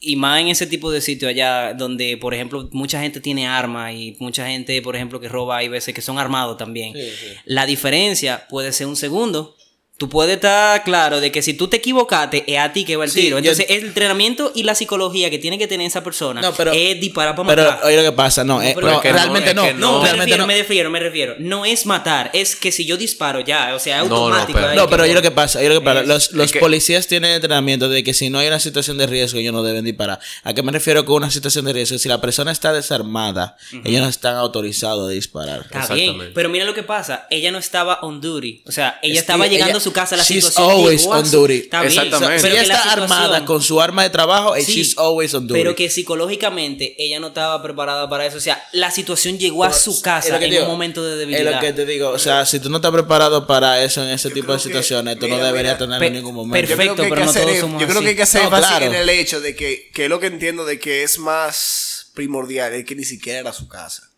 Speaker 3: y más en ese tipo de sitio allá donde, por ejemplo, mucha gente tiene armas y mucha gente, por ejemplo, que roba, hay veces que son armados también.
Speaker 2: Sí, sí.
Speaker 3: La diferencia puede ser un segundo. Tú puedes estar claro de que si tú te equivocaste, es a ti que va el
Speaker 2: Sí,
Speaker 3: tiro.
Speaker 2: yo-
Speaker 3: Entonces, el entrenamiento y la psicología que tiene que tener esa persona
Speaker 2: No, pero-
Speaker 3: es disparar para
Speaker 2: Pero
Speaker 3: matar.
Speaker 2: oye lo que pasa, no, eh,
Speaker 3: pero
Speaker 2: no,
Speaker 5: es que no,
Speaker 2: realmente
Speaker 5: es
Speaker 2: no,
Speaker 5: que no.
Speaker 3: no, me
Speaker 2: realmente
Speaker 3: refiero,
Speaker 2: no.
Speaker 3: me refiero, me refiero. No es matar, es que si yo disparo ya, o sea, es
Speaker 5: No, no,
Speaker 3: automático.
Speaker 5: pero-
Speaker 3: hay
Speaker 2: No,
Speaker 3: que-
Speaker 2: pero oye lo que pasa, oye lo que pasa.
Speaker 3: Es-
Speaker 2: Los, los
Speaker 5: que-
Speaker 2: policías tienen entrenamiento de que si no hay una situación de riesgo, ellos no deben disparar. ¿A qué me refiero con una situación de riesgo? Si la persona está desarmada, ellos no están autorizados a disparar.
Speaker 3: Está bien,
Speaker 5: Exactamente.
Speaker 3: pero mira lo que pasa. Ella no estaba on duty. O sea, ella
Speaker 2: Es-
Speaker 3: estaba
Speaker 2: ella-
Speaker 3: llegando a su casa. La
Speaker 2: she's
Speaker 3: situación
Speaker 2: always
Speaker 3: llegó a
Speaker 2: on
Speaker 3: su-
Speaker 2: duty.
Speaker 3: Está bien,
Speaker 5: Exactamente.
Speaker 3: pero
Speaker 2: Si
Speaker 3: que
Speaker 2: ella
Speaker 3: la
Speaker 2: está
Speaker 3: situación-
Speaker 2: armada con su arma de trabajo, and
Speaker 3: Sí,
Speaker 2: she's always on duty.
Speaker 3: Pero que psicológicamente ella no estaba preparada para eso. O sea, la situación llegó a su
Speaker 2: Pues, Es lo
Speaker 3: casa
Speaker 2: que
Speaker 3: en
Speaker 2: digo,
Speaker 3: un momento de
Speaker 2: Es
Speaker 3: debilidad.
Speaker 2: lo que te digo. O sea, si tú no estás preparado para eso en ese tipo de
Speaker 4: creo que-
Speaker 2: situaciones, tú no
Speaker 4: mira,
Speaker 2: deberías
Speaker 4: mira,
Speaker 2: tenerlo en
Speaker 3: pe-
Speaker 2: ningún momento.
Speaker 3: perfecto.
Speaker 4: yo creo que hay
Speaker 3: pero
Speaker 4: que
Speaker 3: no
Speaker 4: hacer,
Speaker 3: todos somos
Speaker 4: Yo creo
Speaker 3: así.
Speaker 4: que hay que hacer
Speaker 2: No,
Speaker 4: énfasis
Speaker 2: claro.
Speaker 4: en el hecho de que, que lo que entiendo de que es más primordial es que ni siquiera era su casa.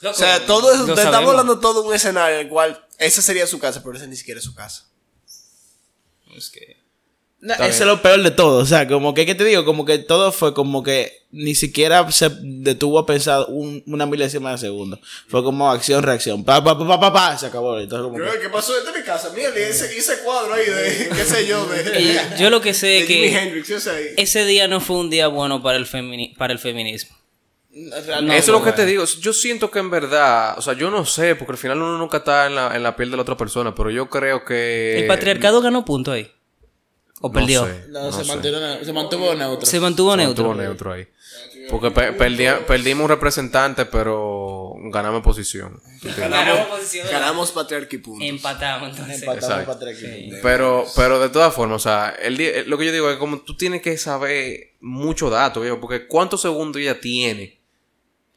Speaker 3: Loco,
Speaker 4: O sea, todo eso,
Speaker 3: lo
Speaker 4: te estamos
Speaker 3: sabemos.
Speaker 4: hablando todo un escenario en el cual esa sería su casa, pero esa ni siquiera es su casa.
Speaker 2: No, eso es lo peor de todo. O sea, como que, ¿qué te digo? Como que todo fue como que ni siquiera se detuvo a pensar un- una milésima de segundo. Fue como acción, reacción. Pa, pa, pa, pa, pa, pa, se acabó. Entonces, como que-
Speaker 4: ¿Qué pasó? Esta es mi casa, mira, ese, ese cuadro ahí de, qué sé yo, de,
Speaker 3: Eh, Yo lo que sé es
Speaker 4: Jimi
Speaker 3: que
Speaker 4: Hendrix, yo sé ahí.
Speaker 3: ese día no fue un día bueno para el, femini- para el feminismo.
Speaker 4: Realmente.
Speaker 5: Eso es lo que te digo. Yo siento que en verdad, o sea, yo no sé, porque al final uno nunca está en la, en la piel de la otra persona, pero yo creo que.
Speaker 2: Eh,
Speaker 3: ¿El patriarcado ganó punto ahí? ¿O
Speaker 5: no
Speaker 3: perdió?
Speaker 5: sé,
Speaker 2: No,
Speaker 5: no
Speaker 2: se,
Speaker 5: sé.
Speaker 2: mantuvo, neu- se mantuvo neutro.
Speaker 3: Se mantuvo
Speaker 5: Se
Speaker 3: neutro.
Speaker 5: mantuvo neutro ahí. Porque pe- perdía- perdimos un representante, pero ganamos posición.
Speaker 4: Ganamos, ganamos patriarca y punto.
Speaker 3: Empatamos, entonces.
Speaker 2: Empatamos
Speaker 5: Exacto.
Speaker 2: para tres equipos.
Speaker 5: Pero, pero de todas formas, o sea, el día- lo que yo digo es como tú tienes que saber mucho dato, viejo, porque cuántos segundos ella tiene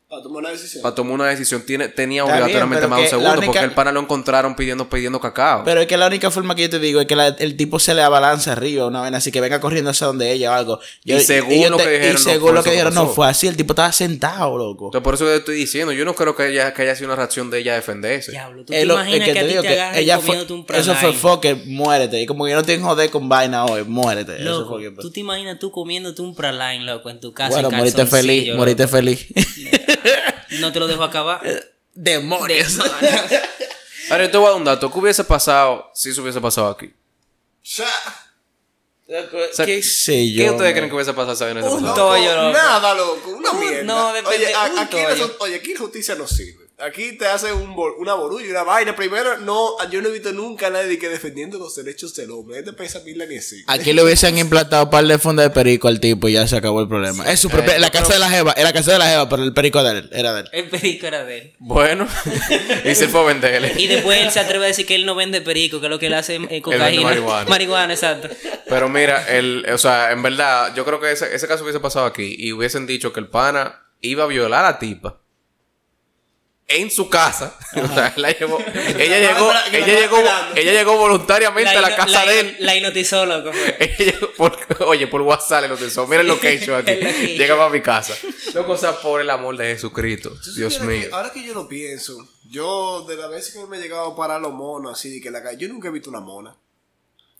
Speaker 4: Para tomar una decisión.
Speaker 5: para tomar una decisión, tiene, tenía
Speaker 2: Está bien,
Speaker 5: obligatoriamente
Speaker 2: pero
Speaker 5: más de un
Speaker 2: que la
Speaker 5: segundo,
Speaker 2: única-
Speaker 5: porque el pana lo encontraron pidiendo, pidiendo cacao.
Speaker 2: Pero es que la única forma que yo te digo es que la- el tipo se le abalanza arriba, una vez así que venga corriendo hacia donde ella o algo. Yo-
Speaker 5: Y según
Speaker 2: yo
Speaker 5: lo que dijeron,
Speaker 2: y
Speaker 5: no
Speaker 2: según
Speaker 5: fue
Speaker 2: lo
Speaker 5: eso
Speaker 2: que
Speaker 5: que
Speaker 2: dijeron, no
Speaker 5: pasó.
Speaker 2: fue así, el tipo estaba sentado, loco.
Speaker 5: Entonces, por eso te estoy diciendo, yo no creo que haya, que haya sido una reacción de ella defenderse.
Speaker 3: Diablo, tú
Speaker 2: Este, Es
Speaker 3: te
Speaker 2: lo-
Speaker 3: imaginas
Speaker 2: es
Speaker 3: que,
Speaker 2: te
Speaker 3: a ti
Speaker 2: digo
Speaker 3: te
Speaker 2: que
Speaker 3: agarran
Speaker 2: ella fue-
Speaker 3: comiéndote un
Speaker 2: Eso fue
Speaker 3: pralay.
Speaker 2: fucking muérete. Y como que no te joder con vaina hoy, muérete. eso
Speaker 3: Loco,
Speaker 2: fue que-
Speaker 3: tú te imaginas tú comiéndote un praline, loco, en tu casa.
Speaker 2: bueno,
Speaker 3: en
Speaker 2: moriste feliz,
Speaker 3: calzoncillo,
Speaker 2: moriste Eh. feliz.
Speaker 3: loco. No te lo dejo acabar.
Speaker 2: Demonios.
Speaker 5: Ahora, yo te voy a dar un dato. ¿Qué hubiese pasado si eso hubiese pasado aquí? O sea,
Speaker 2: ¿Qué sé yo?
Speaker 5: ¿Qué ustedes
Speaker 2: man?
Speaker 5: creen que hubiese pasado si hubiese
Speaker 3: Un
Speaker 5: pasado?
Speaker 3: to- Toyo, loco.
Speaker 4: Nada, loco. Una
Speaker 3: Un-
Speaker 4: mierda.
Speaker 3: no, depende,
Speaker 4: Oye, a-
Speaker 3: un
Speaker 4: aquí,
Speaker 3: toyo.
Speaker 4: eso- oye, aquí justicia no sirve. Aquí te hace un bol- una borulla y una vaina. Primero, no, yo no he visto nunca a nadie que defendiendo los derechos del hombre. Este país a mí la ni así.
Speaker 5: Ah,
Speaker 2: Aquí le hubiesen implantado un par de fondos de perico al tipo y ya se acabó el problema. Es su propia-
Speaker 3: Eh,
Speaker 2: la casa de la Jeva, era la casa de la Jeva, pero el perico de él, era de él.
Speaker 3: El perico era de él.
Speaker 5: Bueno, y se fue a venderle.
Speaker 3: Y después él se atreve a decir que él no vende perico, que lo que él hace es cocaína.
Speaker 5: marihuana.
Speaker 3: Marihuana, exacto.
Speaker 5: Pero mira, el, o sea, en verdad, yo creo que ese, ese caso hubiese pasado aquí y hubiesen dicho que el pana iba a violar a la tipa en su casa. O sea, la llevó, ella llegó,
Speaker 4: que la
Speaker 5: ella
Speaker 4: estaba
Speaker 5: llegó,
Speaker 4: esperando.
Speaker 5: ella llegó voluntariamente a la
Speaker 3: hipno-
Speaker 5: casa
Speaker 3: la-
Speaker 5: de él.
Speaker 3: La hipnotizó, loco.
Speaker 5: Ella llegó por- oye, por WhatsApp le notizó. Mira el location aquí.
Speaker 3: El location.
Speaker 5: Llegaba a mi casa. Loco, o sea, por el amor de Jesucristo. Dios
Speaker 4: Mira
Speaker 5: mío.
Speaker 4: que ahora que yo lo pienso, yo de las veces que me he llegado a parar los monos así de que la calle, yo nunca he visto una mona.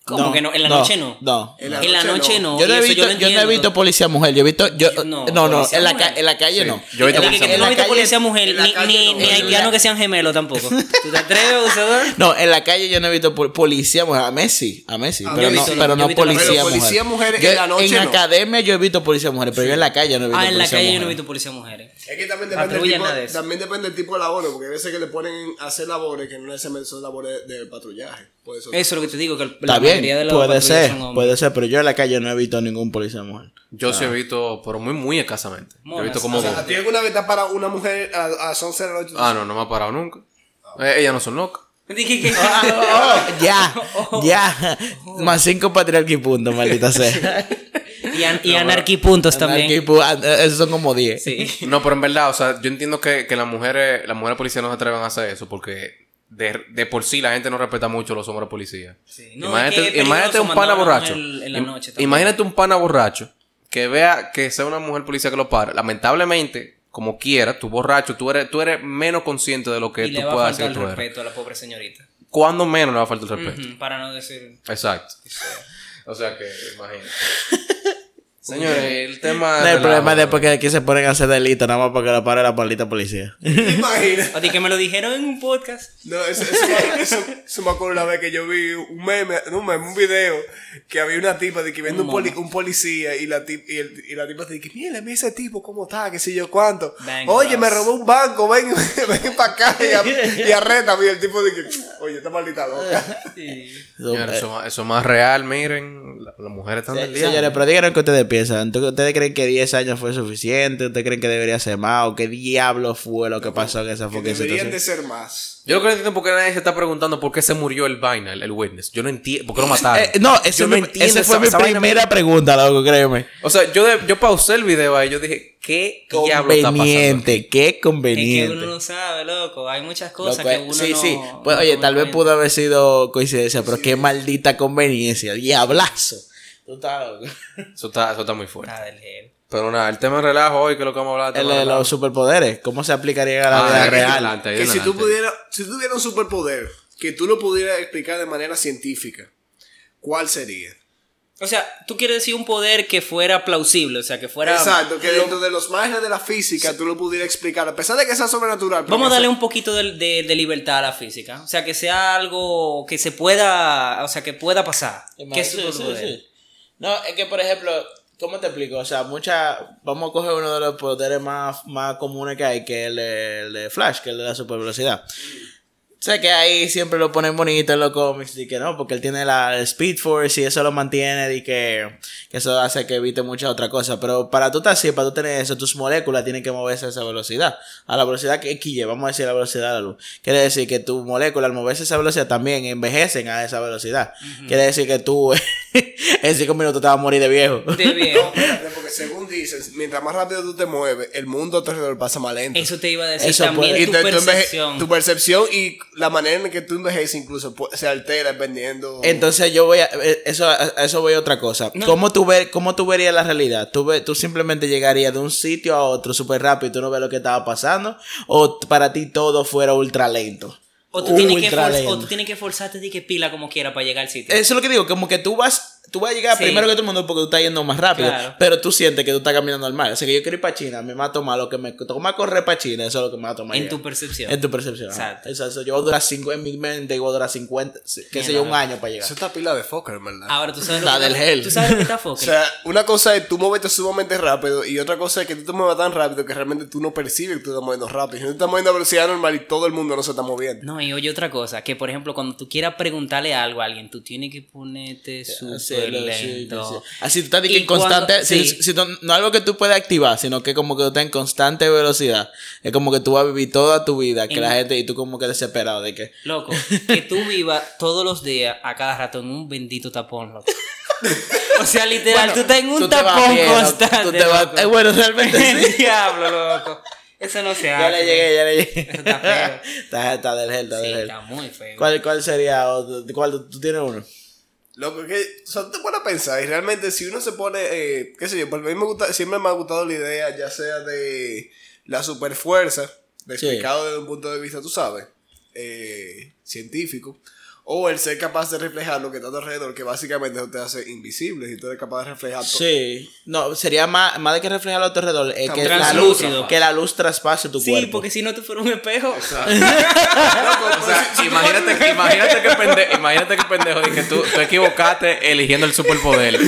Speaker 3: ¿Cómo
Speaker 2: No,
Speaker 3: que no? En la
Speaker 2: no,
Speaker 3: noche no.
Speaker 2: no.
Speaker 3: En la, noche no.
Speaker 2: Yo no,
Speaker 3: y
Speaker 2: he
Speaker 3: eso
Speaker 2: visto,
Speaker 3: lo
Speaker 2: yo, no he
Speaker 3: entiendo.
Speaker 2: visto policía mujer, yo he visto, yo,
Speaker 3: No,
Speaker 2: no, no,
Speaker 3: policía
Speaker 2: en, la
Speaker 3: mujer.
Speaker 2: ca- en la calle
Speaker 5: Sí.
Speaker 2: no.
Speaker 5: Yo he visto
Speaker 3: Que- que-
Speaker 5: policía
Speaker 3: que tú no
Speaker 5: mujer.
Speaker 2: En
Speaker 3: has visto
Speaker 2: la
Speaker 3: policía
Speaker 2: calle-
Speaker 3: mujer,
Speaker 4: en la
Speaker 3: ni,
Speaker 4: calle
Speaker 3: ni,
Speaker 4: no.
Speaker 3: ni
Speaker 4: En
Speaker 3: haitiano
Speaker 2: la-
Speaker 3: que sean gemelos tampoco. ¿Tú te atreves, usador?
Speaker 2: No, en la calle yo no he visto pol- policía mujer, a Messi, a Messi,
Speaker 4: Ah, yo
Speaker 2: pero
Speaker 4: he
Speaker 2: no,
Speaker 4: visto-
Speaker 3: yo
Speaker 2: pero
Speaker 3: he
Speaker 2: no
Speaker 3: visto-
Speaker 2: policía
Speaker 4: pero
Speaker 2: mujer.
Speaker 4: policía mujer en
Speaker 2: Yo-
Speaker 4: la noche
Speaker 2: En
Speaker 4: no.
Speaker 2: academia yo he visto policía mujer, pero yo en la calle no he visto
Speaker 3: Ah, en la
Speaker 2: policía
Speaker 3: calle yo no he
Speaker 2: mujer.
Speaker 3: visto policía mujeres.
Speaker 4: Es que también depende, del
Speaker 3: Patrulla,
Speaker 4: tipo,
Speaker 3: nada de eso.
Speaker 4: también depende del tipo de labores, porque a veces que le ponen a hacer labores que no necesariamente son labores de patrullaje. Por eso.
Speaker 3: Eso es lo que te digo, que la
Speaker 2: Está
Speaker 3: mayoría de
Speaker 2: bien,
Speaker 3: los
Speaker 2: puede
Speaker 3: patrullas
Speaker 2: ser,
Speaker 3: son hombres.
Speaker 2: puede ser, pero yo en la calle no he visto ningún policía mujer.
Speaker 5: Yo sí he visto, pero muy, muy escasamente. Yo he visto
Speaker 3: Monas,
Speaker 5: como.
Speaker 3: o
Speaker 4: O sea, ¿a ti alguna vez te has parado una mujer a, a las 11 de la noche?
Speaker 5: Ah, no, no me ha parado nunca. Eh, ellas no son locas.
Speaker 3: Dije que...
Speaker 2: Ah, Ya, ya. Más cinco patriarca y punto, maldita sea.
Speaker 3: Y, an- y anarquipuntos también.
Speaker 2: Anarquipu- an- eh, Esos son como 10.
Speaker 3: Sí.
Speaker 5: No, pero en verdad, o sea, yo entiendo que, que las mujeres, las mujeres policías no se atreven a hacer eso porque de, de por sí la gente no respeta mucho a los hombres policías.
Speaker 3: Sí. No, es que es peligroso
Speaker 5: imagínate, imagínate un
Speaker 3: mandar
Speaker 5: pana
Speaker 3: a una
Speaker 5: borracho.
Speaker 3: mujer en la
Speaker 5: Im-
Speaker 3: noche también.
Speaker 5: imagínate un pana borracho que vea que sea una mujer policía que lo para. Lamentablemente, como quiera, tú borracho, tú eres, tú eres menos consciente de lo que
Speaker 3: Y
Speaker 5: tú
Speaker 3: le va a
Speaker 5: puedas
Speaker 3: faltar
Speaker 5: hacer.
Speaker 3: el
Speaker 5: Tú eres.
Speaker 3: respeto a la pobre señorita.
Speaker 5: Cuando menos le va a faltar el respeto.
Speaker 3: Ujú, Para no decir...
Speaker 5: Exacto. o sea que, imagínate. Señores, el tema.
Speaker 2: Ah, No,
Speaker 5: de
Speaker 2: el
Speaker 5: la-
Speaker 2: problema es después que aquí se ponen a hacer delito, nada más para que lo pare la maldita policía.
Speaker 4: ¿Te imaginas?
Speaker 3: O de que me lo dijeron en un podcast.
Speaker 4: No, eso, eso me- eso- eso me acuerdo una vez que yo vi un meme, no un meme, un video que había una tipa de que viendo un, poli- un policía y la, tip- y, el- y la tipa de que, mira, mira ese tipo, ¿cómo está? ¿Qué sé yo cuánto?
Speaker 3: Bang,
Speaker 4: oye,
Speaker 3: bros.
Speaker 4: me robó un banco, ven, ven para acá y, a- y arreta. Y el tipo de que, oye, esta maldita loca.
Speaker 2: Eso-
Speaker 5: Señores, eso, más- eso es más real, miren. la- las mujeres están del diablo.
Speaker 2: Eh, Señores, pero díganos qué ustedes piensan. Entonces, ¿Ustedes creen que 10 años fue suficiente? ¿Ustedes creen que debería ser más? ¿O qué diablo fue lo que pasó en esa
Speaker 4: Que
Speaker 2: fucking
Speaker 4: deberían
Speaker 2: situación?
Speaker 4: de ser más.
Speaker 5: Yo lo que no entiendo es por qué nadie se está preguntando por qué se murió el vaina, el, el witness. Yo no entiendo. ¿Por qué lo mataron?
Speaker 2: Eh, no, ese
Speaker 5: Yo
Speaker 2: me-
Speaker 5: entiendo
Speaker 2: esa fue
Speaker 5: esa-
Speaker 2: mi
Speaker 5: esa vaina me-
Speaker 2: primera pregunta, loco, créeme.
Speaker 5: O sea, yo, de- yo pausé el video ahí. Yo dije, ¿qué diablo está pasando?
Speaker 2: Conveniente, qué
Speaker 3: Es que
Speaker 2: conveniente.
Speaker 3: uno no sabe, loco. Hay muchas cosas
Speaker 2: Loco,
Speaker 3: que
Speaker 2: eh,
Speaker 3: uno
Speaker 2: sí,
Speaker 3: no...
Speaker 2: sí. Pues,
Speaker 3: no
Speaker 2: oye,
Speaker 3: toma
Speaker 2: tal
Speaker 3: en
Speaker 2: vez pudo haber sido coincidencia, pero qué maldita conveniencia. Diablazo. Tú estás loco.
Speaker 5: Eso está, eso está
Speaker 3: cuenta.
Speaker 5: muy fuerte.
Speaker 3: Nada Ah, del gel.
Speaker 5: Pero nada, el tema de relajo hoy, que es lo que vamos a hablar.
Speaker 2: El
Speaker 5: tema de
Speaker 2: de los
Speaker 5: relajo.
Speaker 2: superpoderes, ¿cómo se aplicaría a la
Speaker 5: Ah,
Speaker 2: vida
Speaker 5: ahí
Speaker 2: real?
Speaker 5: adelante, ahí
Speaker 4: Que si tú
Speaker 5: adelante.
Speaker 4: pudieras, si tú tuvieras un superpoder, que tú lo pudieras explicar de manera científica, ¿cuál sería?
Speaker 3: O sea, tú quieres decir un poder que fuera plausible, o sea, que fuera...
Speaker 4: Exacto, que dentro de los márgenes de la física tú lo pudieras explicar, a pesar de que sea sobrenatural.
Speaker 3: Vamos a
Speaker 4: porque
Speaker 3: darle
Speaker 4: eso-
Speaker 3: un poquito de, de- de libertad a la física. O sea, que sea algo que se pueda, o sea, que pueda pasar. Que es
Speaker 2: Eh, Sí, sí,
Speaker 3: superpoder.
Speaker 2: sí. No, es que por ejemplo, ¿Cómo te explico? O sea, mucha. Vamos a coger uno de los poderes más, más comunes que hay, que es el de, el de Flash, que es el de la super velocidad. Sé que ahí siempre lo ponen bonito en los cómics, y que no, porque él tiene la Speed Force y eso lo mantiene, y que, que eso hace que evite muchas otras cosas. Pero para tú estar así, para tú tener eso, tus moléculas tienen que moverse a esa velocidad, a la velocidad que X vamos a decir la velocidad de la luz. Quiere decir que tus moléculas al moverse a esa velocidad también envejecen a esa velocidad. Quiere decir que tú en cinco minutos te vas a morir de viejo.
Speaker 3: De
Speaker 4: No,
Speaker 3: viejo.
Speaker 4: espérate, porque según dices, mientras más rápido tú te mueves, el mundo a tu alrededor pasa más lento.
Speaker 3: Eso te iba a decir
Speaker 2: Eso
Speaker 3: también.
Speaker 2: puede-
Speaker 4: Y
Speaker 3: Tu
Speaker 4: te- tu enveje-
Speaker 3: percepción.
Speaker 4: tu percepción y la manera en que tú envejeces incluso pu- se altera dependiendo.
Speaker 2: Entonces yo voy a eh, eso a a eso voy a otra cosa.
Speaker 3: No.
Speaker 2: ¿Cómo tú ver cómo tú verías la realidad? ¿Tú ve- tú simplemente llegarías de un sitio a otro súper rápido y tú no ves lo que estaba pasando o t- para ti todo fuera ultra lento?
Speaker 3: O tú, tienes que
Speaker 2: Ultra
Speaker 3: forz-
Speaker 2: lento.
Speaker 3: o tú tienes que forzarte de que pila como quiera para llegar al sitio.
Speaker 2: Eso es lo que digo, como que tú vas tú vas a llegar
Speaker 3: Sí.
Speaker 2: primero que todo el mundo porque tú estás yendo más rápido,
Speaker 3: Claro.
Speaker 2: pero tú sientes que tú estás caminando al mar. O sea que yo quiero ir para China, me va a tomar lo que me toma correr para China, eso es lo que me va a tomar.
Speaker 3: en
Speaker 2: llegar.
Speaker 3: tu percepción.
Speaker 2: en tu percepción. ajá.
Speaker 3: Exacto.
Speaker 2: Eso, eso, yo voy a durar cinco en mi mente, yo voy a durar 50, qué sé yo, un año para llegar.
Speaker 4: Eso está pila de fucker, en ¿verdad?
Speaker 3: Ahora tú sabes. lo
Speaker 2: La
Speaker 3: que-
Speaker 2: del gel.
Speaker 3: Tú sabes lo que está
Speaker 4: O
Speaker 3: Fokker.
Speaker 4: sea, una cosa es tú moverte sumamente rápido y otra cosa es que tú te muevas tan rápido que realmente tú no percibes que tú estás moviendo rápido. Si tú estás moviendo a velocidad normal y todo el mundo no se está moviendo.
Speaker 3: No, y oye otra cosa, que por ejemplo, cuando tú quieras preguntarle algo a alguien, tú tienes que ponerte
Speaker 2: Eh,
Speaker 3: súper
Speaker 2: Hacerlo, sí, sí, sí.
Speaker 3: lento.
Speaker 2: Así tú estás de que
Speaker 3: Y
Speaker 2: en constante.
Speaker 3: cuando-
Speaker 2: si-
Speaker 3: sí.
Speaker 2: si no, no algo que tú puedas activar, sino que como que tú estás en constante velocidad. Es como que tú vas a vivir toda tu vida, que
Speaker 3: En-
Speaker 2: la gente, y tú como que desesperado de que.
Speaker 3: Loco, que tú vivas todos los días, a cada rato, en un bendito tapón, loco. O sea, literal, tú estás en un
Speaker 2: tú te vas
Speaker 3: tapón
Speaker 2: bien, ¿no?
Speaker 3: constante.
Speaker 2: Tú te vas-
Speaker 3: loco.
Speaker 2: eh, bueno, realmente sí.
Speaker 3: Diablo, loco. Eso no se hace.
Speaker 2: Ya le llegué, ya le llegué.
Speaker 3: Eso está feo.
Speaker 2: está, está del gel, está
Speaker 3: Sí,
Speaker 2: del gel.
Speaker 3: está muy feo.
Speaker 2: ¿Cuál, ¿Cuál sería? otro? ¿Cuál, ¿Tú tienes uno?
Speaker 4: Loco, es que, o sea, tú te pones a pensar y realmente si uno se pone, eh, qué sé yo, porque a mí me gusta, siempre me ha gustado la idea, ya sea de la superfuerza, de
Speaker 2: Sí.
Speaker 4: explicado desde un punto de vista, tú sabes, eh, científico, o el ser capaz de reflejar lo que está a tu alrededor, que básicamente eso te hace invisible, y tú eres capaz de reflejar todo.
Speaker 2: Sí. No, sería más, más de que reflejar a tu alrededor. es que la luz,
Speaker 3: Translúcido. pues.
Speaker 2: que la luz traspase tu
Speaker 3: Sí,
Speaker 2: cuerpo.
Speaker 3: porque si no tú fueras un espejo.
Speaker 5: O sea, imagínate, que- imagínate, que pende- imagínate que pendejo de que tú, tú equivocaste eligiendo el superpoder.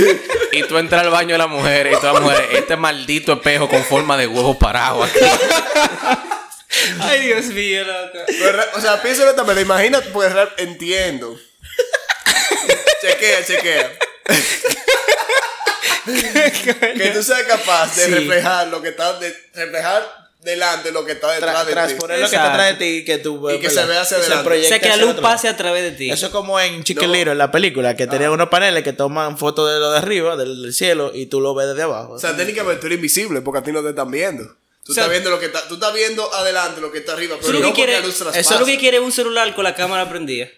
Speaker 5: Y tú entras al baño de la mujer y todas las mujeres, este maldito espejo con forma de huevo parado aquí.
Speaker 3: Ay, Dios mío, loco.
Speaker 4: Pero, re- o sea, piénsalo esta manera. Imagínate, porque re- entiendo. chequea, chequea. que tú seas capaz de
Speaker 3: Sí.
Speaker 4: reflejar lo que está de, reflejar delante lo que está
Speaker 2: Tra-
Speaker 4: detrás de ti.
Speaker 2: transponer lo que está
Speaker 3: Exacto.
Speaker 2: atrás de ti que tú, pues,
Speaker 4: Y que se vea hacia adelante.
Speaker 3: O
Speaker 2: proyecte
Speaker 3: sea, que la
Speaker 2: hacia
Speaker 3: luz
Speaker 2: otro lado. Ah.
Speaker 3: pase a través de ti.
Speaker 2: Eso es como en Chiquilero, en la película, que tenía unos paneles que toman fotos de lo de arriba, del, del cielo, y tú lo ves desde abajo.
Speaker 4: O sea, técnicamente tú eres invisible porque a ti no te están viendo. Tú
Speaker 3: sea,
Speaker 4: estás viendo lo que está, tú estás viendo adelante lo que está arriba,
Speaker 3: Eso
Speaker 4: pero
Speaker 3: es
Speaker 4: no
Speaker 3: lo que
Speaker 4: porque
Speaker 3: quiere,
Speaker 4: la luz
Speaker 3: eso
Speaker 4: traspasa.
Speaker 3: es lo que quiere un celular con la cámara prendida.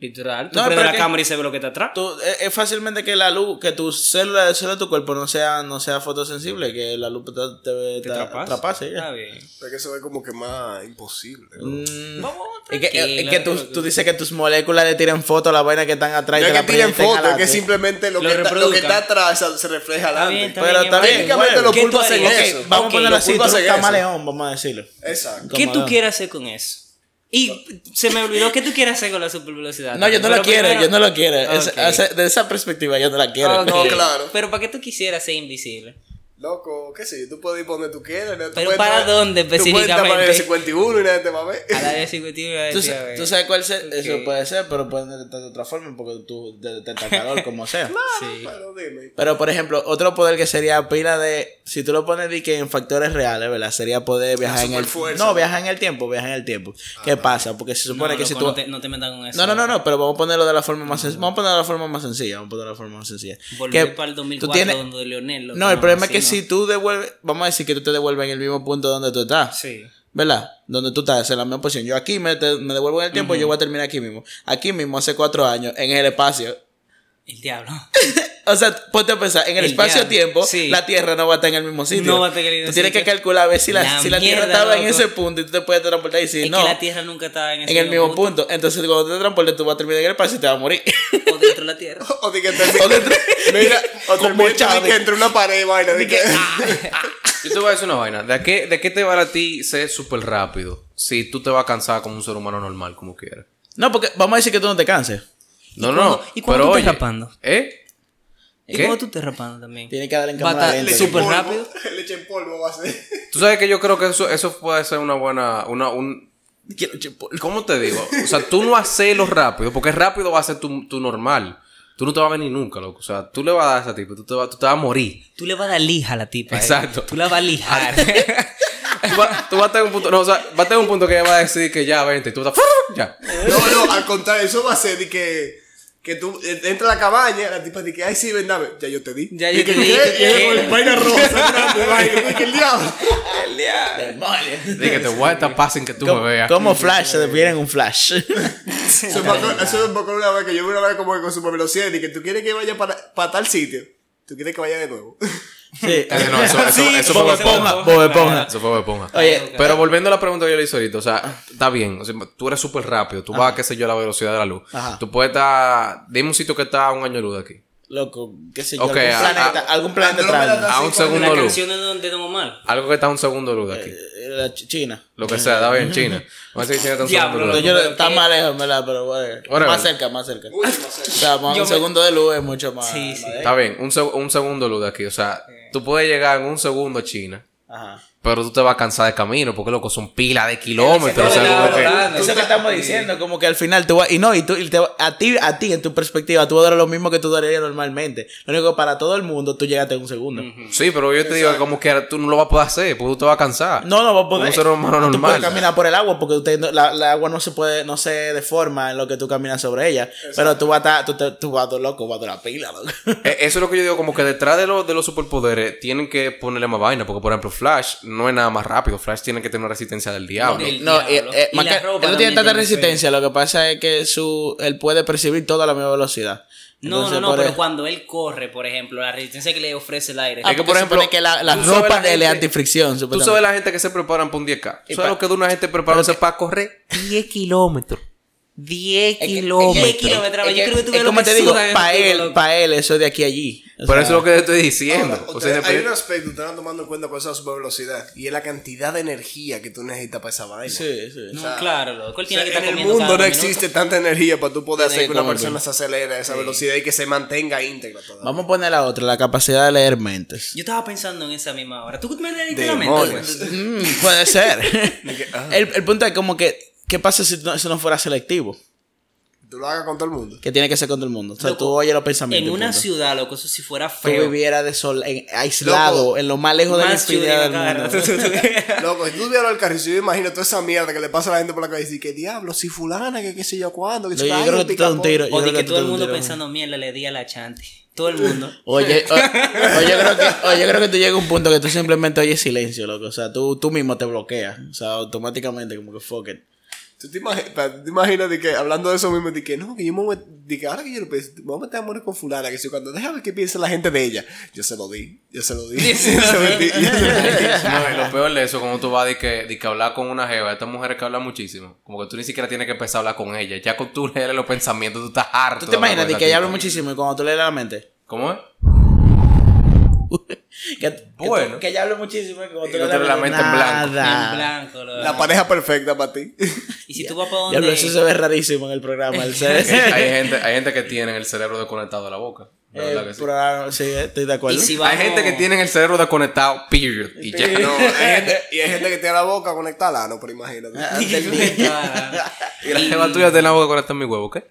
Speaker 3: Literal. Tú
Speaker 2: No,
Speaker 3: prendes
Speaker 2: pero
Speaker 3: la
Speaker 2: que-
Speaker 3: cámara y se ve lo que está atrás.
Speaker 2: Tú- es, es fácilmente que la luz, que tu célula, la célula de tu cuerpo no sea, no sea fotosensible, que la luz te, te,
Speaker 3: Te
Speaker 2: te
Speaker 3: atrapas.
Speaker 2: atrapase, ya.
Speaker 3: Está bien.
Speaker 4: Porque eso es como que más imposible. ¿no?
Speaker 2: Mm,
Speaker 3: Vamos,
Speaker 2: es que, es- es
Speaker 3: tranquila,
Speaker 2: que tú,
Speaker 3: loco.
Speaker 2: tú dices que tus moléculas le tiran fotos a la vaina que están atrás y
Speaker 4: No
Speaker 2: te
Speaker 4: es que
Speaker 2: la
Speaker 4: tiren
Speaker 2: proyecten
Speaker 4: fotos, es que
Speaker 2: adelante.
Speaker 4: simplemente lo,
Speaker 3: Lo
Speaker 4: que está, lo que
Speaker 3: reproduzcan.
Speaker 4: está atrás se- se
Speaker 3: Está
Speaker 4: refleja adelante.
Speaker 3: bien, está
Speaker 2: Pero
Speaker 3: bien.
Speaker 2: está
Speaker 3: Emanuel.
Speaker 2: bien,
Speaker 4: Técnicamente los
Speaker 3: ¿Qué tú
Speaker 4: pulpos hacen
Speaker 3: harías?
Speaker 4: eso.
Speaker 3: Ok,
Speaker 2: Vamos a ponerlo así, tú
Speaker 4: pulpos
Speaker 2: eres un
Speaker 4: hacen eso.
Speaker 2: camaleón, vamos a decirlo.
Speaker 4: Exacto.
Speaker 3: ¿Qué tú
Speaker 2: Camarón.
Speaker 3: quieres hacer con eso? Y se me olvidó qué tú quieres hacer con la supervelocidad.
Speaker 2: No, yo no
Speaker 3: Pero
Speaker 2: la quiero,
Speaker 3: primero-
Speaker 2: yo no la quiero. Esa-
Speaker 3: Ok. Ah,
Speaker 2: esa- de esa perspectiva yo no la quiero.
Speaker 3: Ok.
Speaker 4: No, claro.
Speaker 3: Pero para qué tú quisieras ser invisible.
Speaker 4: Loco, qué sé yo, tú puedes ir por donde tú quieras. ¿no? Tú
Speaker 3: Pero
Speaker 4: puedes
Speaker 3: ¿para
Speaker 4: estar-
Speaker 3: dónde
Speaker 4: Tú puedes estar para el
Speaker 3: específicamente?
Speaker 4: 51 y nadie te va a ver.
Speaker 3: A la vez 51
Speaker 2: ¿Tú, sa- tú sabes cuál es?
Speaker 3: Ok.
Speaker 2: Eso puede ser, pero puede ser de otra forma porque tú detectas calor, como sea.
Speaker 3: Sí.
Speaker 4: Pero dime.
Speaker 2: Pero, por ejemplo, otro poder que sería pila de. Si tú lo pones di que en factores reales, ¿verdad? Sería poder viajar en el
Speaker 4: superfuerza.
Speaker 2: No, viajar en el tiempo, viajar en el tiempo. ¿Qué pasa? Porque se supone
Speaker 3: Ah, No,
Speaker 2: que si
Speaker 3: loco,
Speaker 2: tú.
Speaker 3: no, te, no te metas con eso.
Speaker 2: No, no, no, no, pero vamos a ponerlo de la forma más sencilla. Vamos a ponerlo de la forma más sencilla. Vamos a ponerlo de la forma más sencilla.
Speaker 3: Volver
Speaker 2: Que
Speaker 3: para el
Speaker 2: tú
Speaker 3: 2004
Speaker 2: tienes-
Speaker 3: donde Leonel. loco,
Speaker 2: No, el problema es que
Speaker 3: así
Speaker 2: si tú devuelves. Vamos a decir que tú te devuelves en el mismo punto donde tú
Speaker 3: no.
Speaker 2: estás.
Speaker 3: Sí.
Speaker 2: ¿Verdad? Donde tú estás, en la misma posición. Yo aquí me, te- me devuelvo en el tiempo y yo voy a terminar aquí mismo. Aquí mismo, hace cuatro años, en el espacio.
Speaker 3: El diablo.
Speaker 2: O sea, ponte a pensar, en el,
Speaker 3: El
Speaker 2: espacio-tiempo,
Speaker 3: diablo, sí.
Speaker 2: la Tierra no va a estar en el mismo sitio.
Speaker 3: No va a estar en el mismo
Speaker 2: Tú tienes que
Speaker 3: sitio.
Speaker 2: calcular a ver si la,
Speaker 3: La
Speaker 2: si la Tierra
Speaker 3: mierda,
Speaker 2: estaba en
Speaker 3: loco.
Speaker 2: ese punto y tú te puedes transportar y si
Speaker 3: es
Speaker 2: no,
Speaker 3: que la Tierra nunca estaba en, ese
Speaker 2: en el mismo punto. Entonces, cuando te transportes, tú vas a terminar en el espacio y te vas a morir.
Speaker 3: O dentro de la Tierra.
Speaker 4: O de que termine- Mira, o
Speaker 2: Como
Speaker 4: termine
Speaker 2: Chávez.
Speaker 4: de que entre una pared y vaina. de que-
Speaker 3: ah,
Speaker 5: Yo te voy a decir una vaina. ¿De qué, de qué te vale a ti ser súper rápido? Si tú te vas a cansar como un ser humano normal, como quieras.
Speaker 2: No, porque vamos a decir que tú no te canses.
Speaker 5: No,
Speaker 3: cuándo-
Speaker 5: no.
Speaker 3: y cuándo
Speaker 5: pero
Speaker 3: tú
Speaker 5: oye,
Speaker 3: estás rapando?
Speaker 5: ¿Eh?
Speaker 3: ¿Y
Speaker 5: ¿Qué?
Speaker 3: cómo tú te rapando también?
Speaker 2: Tiene que darle en cámara
Speaker 3: Bata-
Speaker 2: lenta.
Speaker 3: le- Súper
Speaker 4: polvo.
Speaker 3: rápido.
Speaker 4: Leche en polvo va a ser.
Speaker 5: Tú sabes que yo creo que eso, eso puede ser una buena. Una, un,
Speaker 2: Quiero chipotle.
Speaker 5: ¿Cómo te digo? O sea, tú no haces lo rápido, porque rápido va a ser tu, tu normal. Tú no te vas a venir nunca, loco. O sea, tú le vas a dar a esa tipo, tú te vas, tú te vas a morir.
Speaker 3: Tú le vas a dar lija a la tipa. ¿eh?
Speaker 5: Exacto.
Speaker 3: Tú la vas a lijar.
Speaker 5: Tú vas, tú vas a tener un punto, no, o sea, vas a tener un punto que ella va a decir que ya, vente, y tú vas a, ya.
Speaker 4: No, no, al contrario, eso va a ser de que, que tú eh, entra a la cabaña, la tipa dice que, ay, sí, ven, dame. Ya yo te di.
Speaker 3: Ya
Speaker 4: Y
Speaker 3: yo
Speaker 4: que,
Speaker 3: te di,
Speaker 4: ¿qué?
Speaker 3: ¿qué
Speaker 4: Y ella
Speaker 3: quieres?
Speaker 4: con vaina rosa, grande, vaina. Y que el diablo.
Speaker 5: Dije que te voy a estar pasen que tú me
Speaker 2: Como,
Speaker 5: veas.
Speaker 2: como flash, se defiende en un flash.
Speaker 4: Eso me acuerdo- eso me acuerdo una vez que yo vi una vez como que con super velocidad y que tú quieres que vaya para, para tal sitio. Tú quieres que vaya de nuevo.
Speaker 2: sí.
Speaker 5: Eh, no, eso, eso,
Speaker 2: Sí,
Speaker 5: eso
Speaker 2: Bob
Speaker 5: fue
Speaker 2: Esponja,
Speaker 5: Bob
Speaker 2: Bob Esponja.
Speaker 5: Eso fue Bob Esponja.
Speaker 2: Oye,
Speaker 5: Pero volviendo a la pregunta que yo le hice ahorita, o sea, está bien, o sea, tú eres súper rápido, tú vas, qué sé yo, a la velocidad de la luz.
Speaker 2: Ajá.
Speaker 5: Tú puedes estar, dime un sitio que está a un año de luz de aquí,
Speaker 2: loco, qué sé yo.
Speaker 5: Ok,
Speaker 2: algún,
Speaker 5: a-
Speaker 2: planeta,
Speaker 5: a-
Speaker 2: algún planeta
Speaker 4: Andrómeda
Speaker 2: extraño.
Speaker 4: está
Speaker 5: a
Speaker 4: así
Speaker 5: un
Speaker 4: cuando-
Speaker 5: segundo
Speaker 3: la
Speaker 5: luz.
Speaker 3: canción de Don, de Don Omar.
Speaker 5: algo que está a un segundo luz de aquí,
Speaker 2: Eh, la ch- China.
Speaker 5: lo que sea, está bien, China. Vamos a decir que China está a un
Speaker 3: Diablo,
Speaker 5: segundo luz
Speaker 2: Pero
Speaker 5: de aquí.
Speaker 2: yo-
Speaker 3: pero
Speaker 2: está
Speaker 3: qué-
Speaker 2: más lejos, ¿verdad? Pero bueno,
Speaker 5: Ahora
Speaker 2: más
Speaker 5: ve.
Speaker 2: cerca, más cerca. O
Speaker 4: Uy, no sé.
Speaker 2: sea, más
Speaker 3: Yo
Speaker 2: un
Speaker 3: me-
Speaker 2: segundo de luz es mucho más.
Speaker 3: Sí, sí.
Speaker 2: más lejos.
Speaker 5: Está bien, un, seg- un segundo luz de aquí. O sea, tú puedes llegar en un segundo a China,
Speaker 2: Ajá.
Speaker 5: pero tú te vas a cansar de camino, porque loco, son pilas de kilómetros. o sea,
Speaker 3: Claro,
Speaker 5: como que-
Speaker 3: claro.
Speaker 2: Eso que estamos diciendo, como que al final tú vas, y no, y tú, y te, va- a ti, a ti, en tu perspectiva, tú vas a durar lo mismo que tú durarías normalmente. Lo único que para todo el mundo, tú llegaste en un segundo.
Speaker 5: Sí, pero yo te digo que como que tú no lo vas a poder hacer, porque tú te vas a cansar.
Speaker 2: No, no vas a poder.
Speaker 5: Un ser humano
Speaker 2: Tú
Speaker 5: normal.
Speaker 2: puedes caminar por el agua porque usted no- la, la agua no se puede, no se deforma en lo que tú caminas sobre ella. Pero tú vas a estar- tú, te- tú vas a estar loco, vas a durar pila, loco.
Speaker 5: Eh, Eso es lo que yo digo, como que detrás de, los de los superpoderes tienen que ponerle más vaina, porque por ejemplo Flash no es nada más rápido, Flash tiene que tener una resistencia del diablo.
Speaker 3: del- El
Speaker 2: No,
Speaker 3: diablo.
Speaker 2: eh, eh,
Speaker 3: Y
Speaker 2: más
Speaker 3: la
Speaker 2: que-
Speaker 3: ropa
Speaker 2: él no
Speaker 3: también
Speaker 2: tiene tanta
Speaker 3: tiene
Speaker 2: resistencia, lo que pasa es que su, él puede percibir todo a la misma velocidad.
Speaker 3: No,
Speaker 2: Entonces,
Speaker 3: no, no,
Speaker 2: por
Speaker 3: pero
Speaker 2: eso-
Speaker 3: cuando él corre, por ejemplo, la resistencia que le ofrece el aire.
Speaker 2: Ah,
Speaker 5: Es que,
Speaker 2: porque
Speaker 5: por
Speaker 2: se
Speaker 5: ejemplo,
Speaker 2: supone que la, la
Speaker 5: tú sabes
Speaker 2: ropa
Speaker 5: la
Speaker 2: es de
Speaker 5: gente-
Speaker 2: antifricción,
Speaker 5: Tú
Speaker 2: supuestamente.
Speaker 5: sabes la gente que se preparan para un 10K. ¿Tú sabes
Speaker 2: pa-
Speaker 5: lo que dura una gente preparándose para correr 10 kilómetros. 10
Speaker 2: que- es que-
Speaker 3: Diez
Speaker 5: kilómetros.
Speaker 3: kilómetros. Yo
Speaker 2: Es que-
Speaker 3: creo que tú
Speaker 2: es
Speaker 3: ves lo
Speaker 2: como
Speaker 3: que
Speaker 2: te digo,
Speaker 3: sudan en
Speaker 2: para
Speaker 3: el
Speaker 2: él,
Speaker 3: culo.
Speaker 2: pa' él, eso de aquí a allí. O
Speaker 5: Pero
Speaker 2: sea,
Speaker 5: eso es lo que te estoy diciendo.
Speaker 4: Ahora,
Speaker 5: O sea,
Speaker 4: hay
Speaker 5: depende-
Speaker 4: un aspecto que ustedes no tomando en cuenta con esa super velocidad y es la cantidad de energía que tú necesitas para esa vaina.
Speaker 2: Sí, sí.
Speaker 3: No, claro, loco. Él tiene que
Speaker 4: en
Speaker 3: estar
Speaker 4: el
Speaker 3: comiendo
Speaker 4: mundo
Speaker 3: cada
Speaker 4: no
Speaker 3: minuto.
Speaker 4: existe tanta energía para tú poder
Speaker 5: Tiene
Speaker 4: hacer
Speaker 5: que
Speaker 4: que una
Speaker 5: comer
Speaker 4: persona
Speaker 5: bien.
Speaker 4: se acelere a esa velocidad y que se mantenga íntegra todavía.
Speaker 2: Vamos a poner la otra, la capacidad de leer mentes.
Speaker 3: Yo estaba pensando en esa misma hora. ¿Tú me leíste la mente?
Speaker 4: Demonios.
Speaker 2: Mm, puede ser. el, el punto es como que, ¿qué pasa si no, eso no fuera selectivo?
Speaker 4: Tú lo hagas con todo el mundo.
Speaker 2: Que tiene que ser con todo el mundo. O sea,
Speaker 3: Loco,
Speaker 2: tú oyes los pensamientos.
Speaker 3: En una
Speaker 2: punto.
Speaker 3: ciudad, loco, eso si fuera
Speaker 2: Tú
Speaker 3: feo.
Speaker 2: vivieras de sol, en- aislado,
Speaker 4: Loco,
Speaker 2: en lo más lejos de la
Speaker 3: Más
Speaker 2: infinidad del
Speaker 3: ciudad
Speaker 2: mundo.
Speaker 4: Loco, si tú vieras el carril, si yo imagino toda esa mierda que le pasa a la gente por la calle y dice, que diablo, si fulana, que qué sé yo cuándo, que
Speaker 2: No, yo creo que tú te das un tiro. Yo
Speaker 3: O de
Speaker 2: creo
Speaker 3: que
Speaker 2: tú
Speaker 3: todo
Speaker 2: te das
Speaker 3: el
Speaker 2: un
Speaker 3: mundo
Speaker 2: tiro.
Speaker 3: pensando, mierda, le di a la chante. Todo el mundo.
Speaker 2: Oye, o- o yo creo que, o yo creo que tú llegas a un punto que tú simplemente oyes silencio, loco. O sea, tú, tú mismo te bloqueas. O sea, automáticamente, como que fuck it.
Speaker 4: ¿Tú te, imagi- espérate, ¿tú te imaginas de que hablando de eso mismo, de que no, que yo me voy, de que ahora que yo lo pienso, me voy a meter a morir con fulana, que si cuando déjame que piense la gente de ella, yo se lo di, yo se lo di, yo se lo di, yo se lo di.
Speaker 5: No, y lo peor de eso, cuando tú vas de que, de que hablar con una jeva, esta mujer que habla muchísimo, como que tú ni siquiera tienes que empezar a hablar con ella. Ya con tú leerle los pensamientos, tú estás
Speaker 2: ¿Tú
Speaker 5: harto.
Speaker 2: te
Speaker 5: de hablar
Speaker 2: imaginas
Speaker 5: con
Speaker 2: de
Speaker 5: esa
Speaker 2: que ella
Speaker 5: pues, tipa.
Speaker 2: habla muchísimo y cuando tú lees la mente?
Speaker 5: ¿Cómo es?
Speaker 2: Que, que tú-
Speaker 5: Bueno.
Speaker 2: Que ella habla muchísimo y cuando
Speaker 5: Y
Speaker 2: tú lees la mente
Speaker 5: en blanco.
Speaker 3: En
Speaker 2: nada.
Speaker 3: blanco, loco.
Speaker 4: La pareja perfecta para ti.
Speaker 3: Y si tú vas para
Speaker 2: Ya
Speaker 3: donde.
Speaker 2: lo eso se ve rarísimo en el programa. El
Speaker 5: Es que
Speaker 2: CS.
Speaker 5: hay, gente, hay gente que tiene el cerebro desconectado de la boca. la
Speaker 2: Eh,
Speaker 5: verdad que sí.
Speaker 2: programa- sí, estoy de acuerdo.
Speaker 3: Y si
Speaker 5: Hay
Speaker 3: vamos-
Speaker 5: gente que tiene el cerebro desconectado, period. Y ya.
Speaker 4: No, hay gente- y hay gente que tiene la boca conectada al ano, pero imagínate.
Speaker 2: Del día.
Speaker 5: Y la jeva tuya tiene la boca conectada en mi huevo, ¿qué?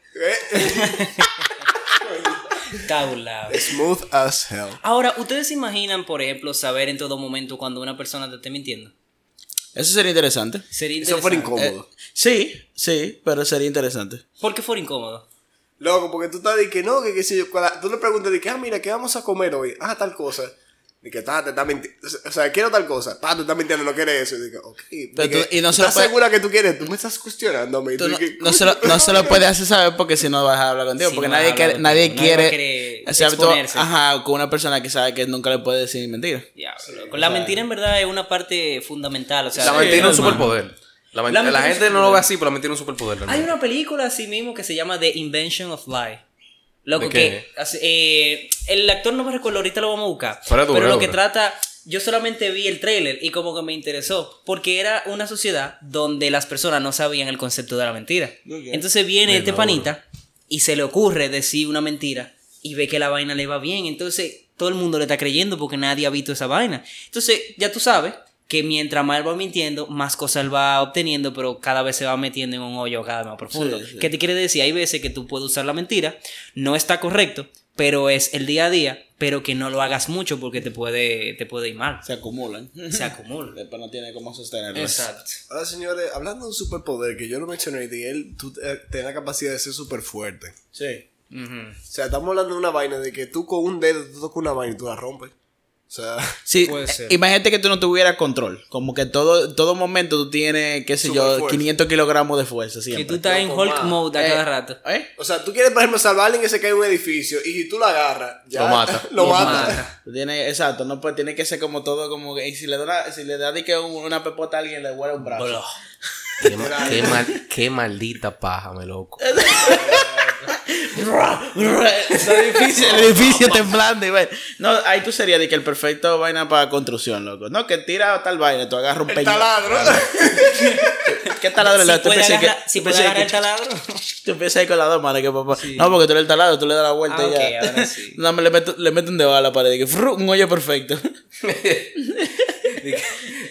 Speaker 3: Caula.
Speaker 4: Smooth as hell.
Speaker 3: Ahora, ¿ustedes se imaginan, por ejemplo, saber en todo momento cuando una persona te esté mintiendo?
Speaker 2: Eso sería interesante.
Speaker 3: Sería
Speaker 4: Eso fue
Speaker 3: interesante.
Speaker 4: incómodo.
Speaker 2: Eh, Sí, sí, pero sería interesante.
Speaker 3: ¿Por qué fuera incómodo?
Speaker 4: Loco, porque tú estás de que no, que qué sé yo. con la- Tú le preguntas de que, ah, mira, ¿qué vamos a comer hoy? Ah, tal cosa. De que, ah, te está mintiendo. O sea, quiero tal cosa. Ah, tú estás mintiendo, no quieres eso. Y digo, ok. De
Speaker 2: Pero
Speaker 4: que,
Speaker 2: tú- y no se lo
Speaker 4: ¿Estás
Speaker 2: puede-
Speaker 4: segura que tú quieres? Tú me estás cuestionando a mí.
Speaker 2: Tú
Speaker 4: De
Speaker 2: no,
Speaker 4: que,
Speaker 2: no se lo, no se lo puede hacer saber porque si no vas a hablar contigo.
Speaker 3: Si
Speaker 2: porque
Speaker 3: no vas
Speaker 2: nadie,
Speaker 3: a
Speaker 2: quiere,
Speaker 3: hablar
Speaker 2: nadie
Speaker 3: contigo, nadie va a
Speaker 2: quiere.
Speaker 3: querer
Speaker 2: o sea, tú-
Speaker 3: exponerse.
Speaker 2: ajá, con una persona que sabe que nunca le puede decir mentira.
Speaker 3: Diablo, loco. la mentira en verdad es una parte fundamental. O sea,
Speaker 5: La
Speaker 3: sí,
Speaker 5: mentira es un
Speaker 3: hermano.
Speaker 5: superpoder. La, men-
Speaker 3: La mentira
Speaker 5: la
Speaker 3: es un
Speaker 5: gente no lo ve así, pero la mentira es un superpoder.
Speaker 3: Hay
Speaker 5: hermano.
Speaker 3: una película así mismo que se llama The Invention of Lie. Loco,
Speaker 5: ¿De
Speaker 3: que
Speaker 5: qué?
Speaker 3: así, eh, el actor no me recuerdo, ahorita lo vamos a buscar.
Speaker 5: Pero es duro,
Speaker 3: lo
Speaker 5: es
Speaker 3: que
Speaker 5: duro.
Speaker 3: trata, yo solamente vi el tráiler y como que me interesó, porque era una sociedad donde las personas no sabían el concepto de la mentira. Entonces viene
Speaker 5: Bien,
Speaker 3: este
Speaker 5: maduro.
Speaker 3: panita y se le ocurre decir una mentira y ve que la vaina le va bien. Entonces, todo el mundo le está creyendo porque nadie ha visto esa vaina. Entonces, ya tú sabes que mientras más él va mintiendo, más cosas él va obteniendo, pero cada vez se va metiendo en un hoyo cada vez más profundo.
Speaker 2: Sí, sí.
Speaker 3: ¿Qué te quiere decir? Hay veces que tú puedes usar la mentira, no está correcto, pero es el día a día, pero que no lo hagas mucho porque te puede, te puede ir mal.
Speaker 2: Se acumulan.
Speaker 3: Se acumula.
Speaker 2: Después no tiene cómo sostenerlos.
Speaker 3: Exacto.
Speaker 4: Ahora, señores, hablando de un superpoder que yo lo mencioné, de él, tú eh, tenés la capacidad de ser súper fuerte.
Speaker 2: Sí.
Speaker 4: O sea, estamos hablando de una vaina de que tú con un dedo tú tocas una vaina y tú la rompes. O sea,
Speaker 2: Sí,
Speaker 3: Puede
Speaker 2: eh,
Speaker 3: ser.
Speaker 2: imagínate que tú no tuvieras control. Como que todo, todo momento tú tienes, qué sé
Speaker 4: Super
Speaker 2: yo,
Speaker 4: fuerza.
Speaker 2: 500 kilogramos de fuerza
Speaker 3: Y
Speaker 2: siempre.
Speaker 3: tú estás en
Speaker 4: Loco,
Speaker 3: Hulk
Speaker 4: ma.
Speaker 3: mode a
Speaker 2: Eh,
Speaker 3: cada rato.
Speaker 2: ¿Eh?
Speaker 4: o sea, tú quieres, por ejemplo, salvar a alguien que se cae en un edificio y si tú la agarras, ya,
Speaker 5: Lo mata.
Speaker 4: lo,
Speaker 3: Lo
Speaker 4: mata.
Speaker 3: mata.
Speaker 2: Tú tienes- exacto, no pues tiene que ser como todo, como que y si le da una, si le da de que un- una pepota a alguien le huele un brazo.
Speaker 3: Bro.
Speaker 5: Qué, ma- qué mal- qué maldita paja, me loco.
Speaker 2: Es difícil, el edificio temblando y vaina. No, ahí tú serías de que el perfecto vaina para construcción, loco. No, que tira tal vaina, tú agarras un
Speaker 4: El
Speaker 2: peñón.
Speaker 4: taladro.
Speaker 2: ¿Qué taladro le
Speaker 3: Si
Speaker 2: das? Tú
Speaker 3: puede
Speaker 2: piensas
Speaker 3: agarrar,
Speaker 2: que-
Speaker 3: si
Speaker 2: tú
Speaker 3: puede
Speaker 2: piensas
Speaker 3: agarrar el
Speaker 2: que-
Speaker 3: taladro.
Speaker 2: Tú empiezas ahí con las dos manos que papá. No, porque tú eres el taladro, tú le das la vuelta
Speaker 3: Ah,
Speaker 2: y ya.
Speaker 3: ok, ahora sí.
Speaker 2: No, me le meto, le meto un dedo a la pared y que fru, un hoyo perfecto.
Speaker 5: Y que,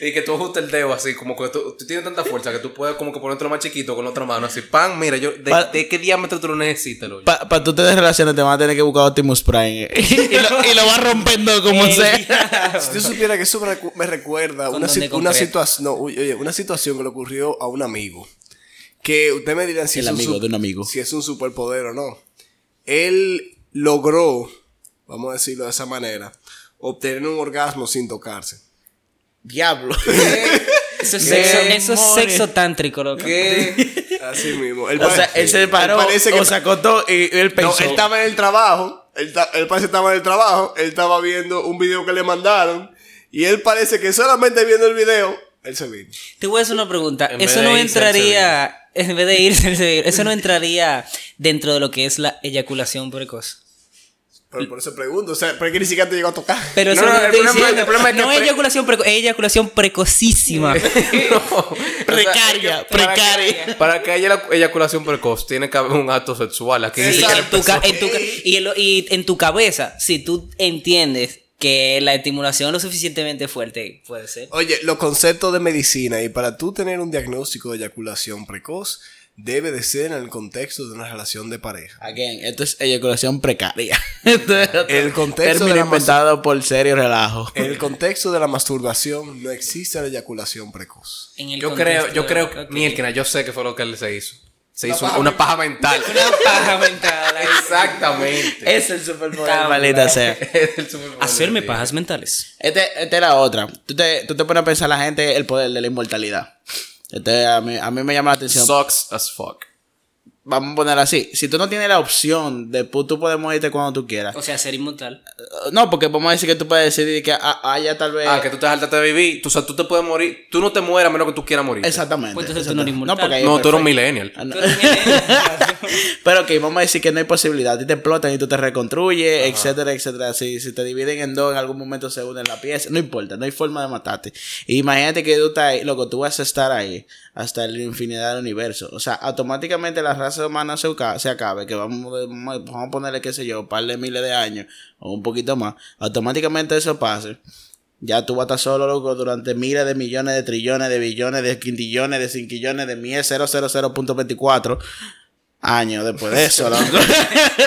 Speaker 5: y que tú ajustes el dedo así, como que tú, tú tienes tanta fuerza que tú puedes como que ponértelo más chiquito con la otra mano, así, pan, mira, yo, ¿de,
Speaker 2: Pa-
Speaker 5: de qué diámetro tú lo necesitas, loco?
Speaker 2: Para tú te des relaciones, te van a tener que buscar Optimus Prime. eh. y, lo, y lo vas rompiendo como
Speaker 3: El
Speaker 2: sea.
Speaker 4: Si tú supieras que eso me recu- me recuerda
Speaker 3: Con
Speaker 4: una,
Speaker 3: donde
Speaker 4: situ- una
Speaker 3: concreto.
Speaker 4: situación, no, uy, oye, una situación que le ocurrió a un amigo. Que ustedes me dirán si,
Speaker 2: El
Speaker 4: es,
Speaker 2: amigo
Speaker 4: un sup-
Speaker 2: de un amigo.
Speaker 4: si es un superpoder o no. Él logró, vamos a decirlo de esa manera, obtener un orgasmo sin tocarse.
Speaker 2: Diablo.
Speaker 3: Eso es sexo,
Speaker 5: ¿Qué
Speaker 3: eso es
Speaker 2: demonios?
Speaker 3: sexo tántrico, loco.
Speaker 5: ¿Qué?
Speaker 4: Así mismo. Él
Speaker 2: o
Speaker 4: pare-
Speaker 2: sea, él se paró,
Speaker 4: Él parece que
Speaker 2: o sacó todo y y él
Speaker 4: No,
Speaker 2: pensó.
Speaker 4: él estaba en el trabajo. Él, ta- él parece que estaba en el trabajo. Él estaba viendo un video que le mandaron. Y él parece que solamente viendo el video, él se vino.
Speaker 3: Te voy a hacer una pregunta.
Speaker 5: En
Speaker 3: Eso
Speaker 5: vez de
Speaker 3: no
Speaker 5: irse al
Speaker 3: entraría. En vez de irse al cerebro, eso no entraría dentro de lo que es la eyaculación precoz.
Speaker 4: Pero por eso pregunto. O sea, ¿por qué ni siquiera te llegó a tocar?
Speaker 3: Pero
Speaker 5: No,
Speaker 3: eso
Speaker 5: no,
Speaker 3: no,
Speaker 5: el
Speaker 3: estoy
Speaker 5: problema-
Speaker 3: diciendo.
Speaker 5: el problema es que
Speaker 3: no
Speaker 5: pre-
Speaker 3: eyaculación precoz, es eyaculación precocísima.
Speaker 2: Precaria, precaria.
Speaker 5: Para que haya la eyaculación precoz, tiene que haber un acto sexual. Aquí
Speaker 3: Sí,
Speaker 5: dice que
Speaker 3: en tu ca- en tu ca- y, en lo- y en tu cabeza, si tú entiendes que la estimulación es lo suficientemente fuerte, puede ser.
Speaker 4: Oye, los conceptos de medicina y para tú tener un diagnóstico de eyaculación precoz debe de ser en el contexto de una relación de pareja.
Speaker 2: Again, esto es eyaculación precaria. Esto es otro
Speaker 4: El contexto de
Speaker 2: término
Speaker 4: la
Speaker 2: inventado por serio relajo.
Speaker 4: En el contexto de la masturbación no existe la eyaculación precoz.
Speaker 3: En el
Speaker 5: Yo creo,
Speaker 3: contexto
Speaker 5: yo
Speaker 3: de-
Speaker 5: creo,
Speaker 3: ok.
Speaker 5: Mielkina, yo sé que fue lo que él se hizo. Se hizo una paja mental.
Speaker 3: Una paja mental.
Speaker 5: Exactamente.
Speaker 2: Es el superpoder,
Speaker 3: Tan
Speaker 2: maldita
Speaker 3: bueno.
Speaker 2: sea.
Speaker 5: Es el superpoder,
Speaker 3: Hacerme
Speaker 5: tío.
Speaker 3: pajas mentales.
Speaker 2: Este, esta es la otra. Tú te, tú te pones a pensar la gente el poder de la inmortalidad. Este, a, mí, a mí me llama la atención.
Speaker 5: Sucks as fuck.
Speaker 2: Vamos a poner así. Si tú no tienes la opción de pu- tú puedes morirte cuando tú quieras.
Speaker 3: O sea, ser inmortal.
Speaker 2: No, porque vamos a decir que tú puedes decidir que a- haya tal vez...
Speaker 5: Ah, que tú te saltaste de vivir. Tú, o sea, tú te puedes morir. Tú no te mueras a menos que tú quieras morir.
Speaker 2: Exactamente.
Speaker 3: Pues entonces tú no eres
Speaker 2: exactamente.
Speaker 3: inmortal.
Speaker 2: porque ahí es
Speaker 5: No, tú eres un
Speaker 2: perfecto.
Speaker 5: millennial.
Speaker 2: Ah, no. Pero que vamos a decir que no hay posibilidad. A ti te explotan y tú te reconstruyes, etcétera, etcétera. Si, si te dividen en dos, en algún momento se unen la pieza. No importa, no hay forma de matarte. Imagínate que tú estás ahí, loco, tú vas a estar ahí hasta la infinidad del universo. O sea, automáticamente la raza humana se, uca- se acabe, que vamos, vamos a ponerle, qué sé yo, un par de miles de años o un poquito más. Automáticamente eso pase. Ya tú vas a estar solo, loco, durante miles de millones de trillones de billones de quintillones de cinquillones de mil cero cero cero punto veinticuatro años después de eso, loco.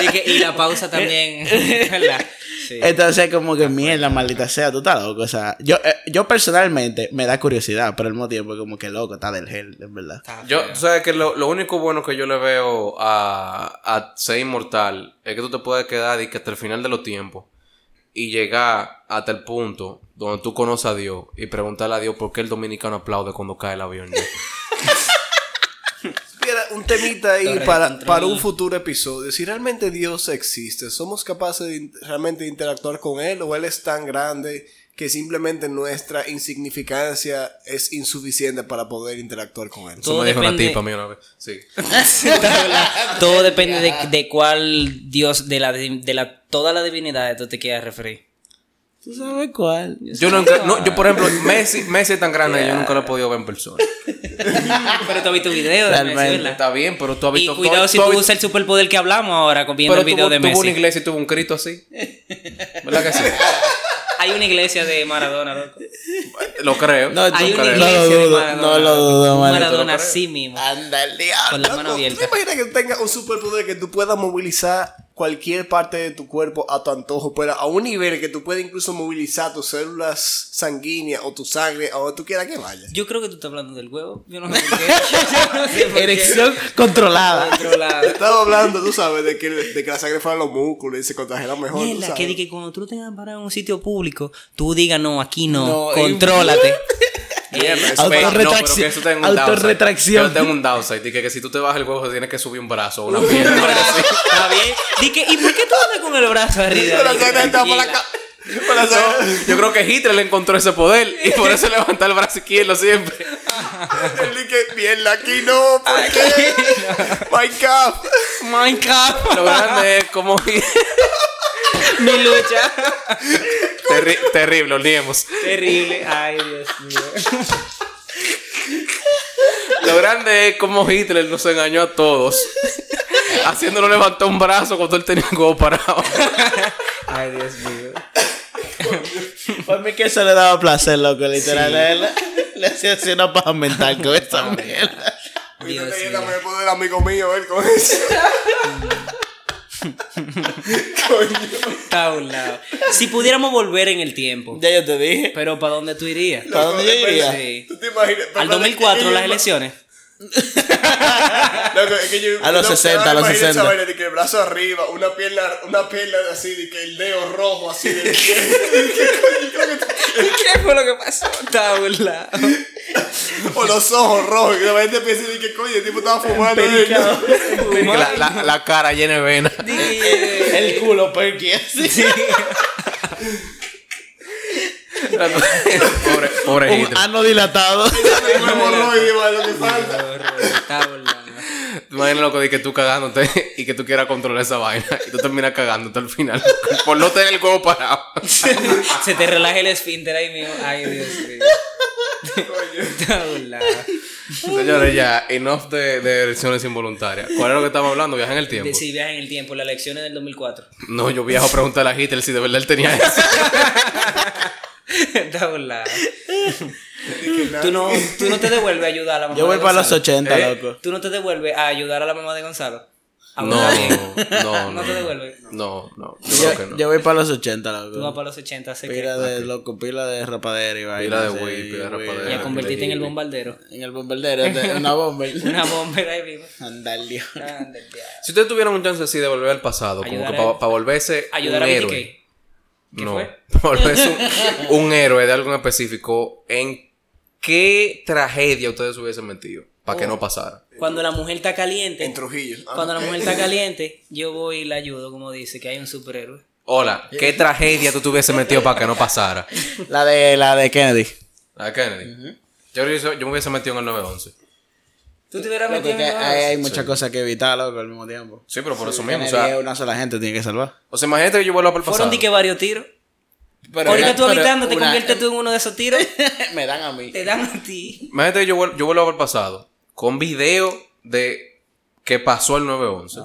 Speaker 3: y, que- y la pausa también. ¿verdad? Sí.
Speaker 2: Entonces, como que mierda, maldita sea, tú estás loco. O sea, yo, eh, yo personalmente me da curiosidad, pero al mismo tiempo, como que loco, está del gel, en verdad.
Speaker 3: Está feo.
Speaker 5: Yo, tú sabes que lo, lo único bueno que yo le veo a, a ser inmortal es que tú te puedes quedar y que hasta el final de los tiempos y llegar hasta el punto donde tú conoces a Dios y preguntarle a Dios por qué el dominicano aplaude cuando cae el avión. ya.
Speaker 4: Mira, un temita ahí
Speaker 3: Torre de
Speaker 4: para,
Speaker 3: control.
Speaker 4: para un futuro episodio. Si realmente Dios existe, ¿somos capaces de in- realmente de interactuar con Él o Él es tan grande que simplemente nuestra insignificancia es insuficiente para poder interactuar con Él?
Speaker 5: Eso
Speaker 3: Todo
Speaker 5: me dijo una
Speaker 3: depende-
Speaker 5: tipa a mí una vez. Sí.
Speaker 3: Todo depende de, de cuál Dios, de la, de la toda la divinidad, tú te quieras referir.
Speaker 2: ¿Tú sabes cuál?
Speaker 5: Yo, nunca, no, yo por ejemplo, Messi, Messi es tan grande que yo nunca lo he podido ver en persona.
Speaker 3: Pero tú has visto videos de Messi,
Speaker 2: Realmente.
Speaker 3: ¿verdad?
Speaker 5: Está bien, pero tú has
Speaker 3: Y
Speaker 5: visto...
Speaker 3: cuidado si
Speaker 5: has
Speaker 3: tú
Speaker 5: visto-
Speaker 3: usas el superpoder que hablamos ahora con- viendo
Speaker 5: Pero
Speaker 3: el video
Speaker 5: tuvo,
Speaker 3: de
Speaker 5: tuvo
Speaker 3: Messi.
Speaker 5: una iglesia y tuvo un Cristo así. ¿Verdad que sí?
Speaker 3: Hay una iglesia de Maradona, loco.
Speaker 5: Lo creo.
Speaker 2: No,
Speaker 5: Yo
Speaker 3: Hay una
Speaker 5: creo.
Speaker 2: No
Speaker 3: iglesia
Speaker 2: lo
Speaker 3: de
Speaker 2: dudo,
Speaker 3: Maradona.
Speaker 2: no lo dudo,
Speaker 3: Maradona,
Speaker 2: manito,
Speaker 5: no creo.
Speaker 3: así mismo.
Speaker 2: Anda el diablo.
Speaker 3: Con la mano
Speaker 4: ah, Loco, ¿Tú te
Speaker 3: abierta.
Speaker 4: imaginas que tengas un superpoder que tú puedas movilizar cualquier parte de tu cuerpo a tu antojo, pero a un nivel que tú puedas incluso movilizar tus células sanguíneas o tu sangre a donde tú quieras que vaya?
Speaker 3: Yo creo que tú estás hablando del huevo. Yo no sé por qué. Yo no sé por qué.
Speaker 2: Erección controlada.
Speaker 3: Otro lado.
Speaker 4: Estaba hablando, tú sabes, de que, de que la sangre fuera a los músculos y se contagiara mejor. tú
Speaker 3: Mierda,
Speaker 4: sabes.
Speaker 3: que di que cuando tú tengas parado en un sitio público, tú digas, no, aquí no,
Speaker 2: No,
Speaker 3: contrólate.
Speaker 5: Mierda, eso-
Speaker 2: Autorretracción.
Speaker 5: no, pero que eso tenga un
Speaker 2: Autorretracción.
Speaker 5: downside. Que tenga un downside. Dice que, que si tú te bajas el huevo, tienes que subir un brazo o una pierna. o algo así.
Speaker 3: Está bien. Di que, ¿y por qué tú andas con el brazo arriba?
Speaker 4: Con la
Speaker 3: Di que,
Speaker 4: sangre está por la
Speaker 3: tranquila.
Speaker 4: ca- con la sangre-
Speaker 5: Yo creo que Hitler le encontró ese poder y por eso levanta el brazo izquierdo siempre.
Speaker 4: Él dije, mierda, aquí no, ¿por qué? My God.
Speaker 3: Minecraft,
Speaker 5: Lo grande es como
Speaker 3: mi lucha.
Speaker 5: Terri- terrible, olvidemos.
Speaker 3: Terrible. Ay, Dios mío.
Speaker 5: Lo grande es como Hitler nos engañó a todos. Haciéndolo levantar un brazo cuando él tenía el huevo parado.
Speaker 3: Ay, Dios mío.
Speaker 2: Por mí que eso le daba placer, loco, literal. Él Le hacía así una paja mental con esa mierda.
Speaker 4: Mira
Speaker 3: Dios
Speaker 4: que yo
Speaker 3: mío.
Speaker 4: también puedo el amigo mío, él con eso. Coño.
Speaker 3: Está a un lado. Si pudiéramos volver en el tiempo,
Speaker 2: Ya yo te dije.
Speaker 3: pero ¿para dónde tú irías?
Speaker 2: ¿Para dónde yo iría?
Speaker 3: Sí.
Speaker 4: ¿Tú te imaginas?
Speaker 3: Al 2004, las elecciones.
Speaker 4: Loco, es que yo-
Speaker 2: A los
Speaker 4: yo-
Speaker 2: 60,
Speaker 4: yo
Speaker 2: a los
Speaker 4: me imagino esa
Speaker 2: 60.
Speaker 4: vaina de que el brazo arriba, una pierna, una pierna así, de que el dedo rojo así de
Speaker 3: ¿Qué fue lo que pasó? Está a un lado.
Speaker 4: O los ojos rojos. Y la gente piensa de que coño, el tipo estaba fumando.
Speaker 5: La, la- la cara llena de venas.
Speaker 3: Di que-
Speaker 2: El culo perky así.
Speaker 5: Pobre, pobre
Speaker 2: Un
Speaker 5: Hitler.
Speaker 2: ano dilatado.
Speaker 4: El hemorroide, vale, lo que falta.
Speaker 3: Está a un lado.
Speaker 5: Imagínate loco de que tú cagándote y que tú quieras controlar esa vaina y tú terminas cagándote al final loco, por no tener el huevo parado.
Speaker 3: Se te relaja el esfínter ahí mío. Ay, Dios mío. Está a un lado.
Speaker 5: Señores, ya, enough de, de elecciones involuntarias. ¿Cuál es lo que estamos hablando? Viaje en el tiempo.
Speaker 3: Si viajas en el tiempo, las elecciones del 2004.
Speaker 5: No, yo viajo a preguntarle a Hitler si de verdad él tenía eso.
Speaker 3: Está a un lado. Tú no, tú no te devuelves a ayudar a la mamá.
Speaker 2: Yo
Speaker 3: de
Speaker 2: vuelvo a los
Speaker 3: Gonzalo.
Speaker 2: 80,
Speaker 5: Eh.
Speaker 2: loco.
Speaker 3: Tú no te devuelves a ayudar a la mamá de Gonzalo. A
Speaker 5: No,
Speaker 3: votar bien.
Speaker 5: no,
Speaker 3: No
Speaker 5: no.
Speaker 3: te devuelves.
Speaker 5: No, no, yo creo que
Speaker 2: Yo,
Speaker 5: no.
Speaker 2: yo voy para los 80,
Speaker 3: Tú vas
Speaker 2: loco.
Speaker 3: para los 80, hace que.
Speaker 2: Pila de loco, pila de rapadera y vaina.
Speaker 5: de
Speaker 2: sí,
Speaker 5: güey, pila de
Speaker 2: güey.
Speaker 5: rapadera.
Speaker 3: Ya
Speaker 5: Ah,
Speaker 3: convertiste en el
Speaker 5: hippie.
Speaker 3: bombardero.
Speaker 2: En el bombardero, de- una bomba.
Speaker 3: Una bomba ahí mismo.
Speaker 2: Andalio.
Speaker 3: Ande, ya.
Speaker 5: Si ustedes tuvieran un chance así de volver al pasado,
Speaker 3: Ayudar
Speaker 5: como que
Speaker 3: a-
Speaker 5: para volverse
Speaker 3: Ayudar
Speaker 5: un
Speaker 3: a
Speaker 5: héroe.
Speaker 3: BTK. ¿Qué
Speaker 5: no,
Speaker 3: fue?
Speaker 5: para volverse un, un héroe de algo en específico, ¿en qué tragedia ustedes hubiesen metido para
Speaker 3: Oh.
Speaker 5: que no pasara?
Speaker 3: Cuando la mujer está caliente.
Speaker 4: En Trujillo. Ah,
Speaker 3: Cuando la
Speaker 4: ok.
Speaker 3: mujer está caliente, yo voy y la ayudo, como dice, que hay un superhéroe.
Speaker 5: Hola, ¿qué tragedia tú te hubiese metido para que no pasara?
Speaker 2: La de, la de Kennedy.
Speaker 5: ¿A Kennedy? yo, hubiese- yo me hubiese metido en el 911.
Speaker 3: Tú te hubieras
Speaker 2: Loco,
Speaker 3: metido
Speaker 2: que
Speaker 3: en
Speaker 2: hay, hay
Speaker 3: el
Speaker 2: muchas cosas que evitar, loco, al mismo tiempo.
Speaker 5: Sí, pero por eso mismo.
Speaker 2: Kennedy
Speaker 5: O sea,
Speaker 2: es una sola gente, tiene que salvar.
Speaker 5: o sea, imagínate que yo vuelva para el pasado.
Speaker 3: Fueron di que varios tiros.
Speaker 5: Pero
Speaker 3: Ahorita
Speaker 5: era-
Speaker 3: tú
Speaker 2: pero
Speaker 3: habitando, te
Speaker 2: una-
Speaker 3: conviertes tú en uno de esos tiros.
Speaker 2: Me dan a mí.
Speaker 3: te dan a ti.
Speaker 5: Imagínate que yo, vuel- yo vuelvo para el pasado con video de que pasó el 911.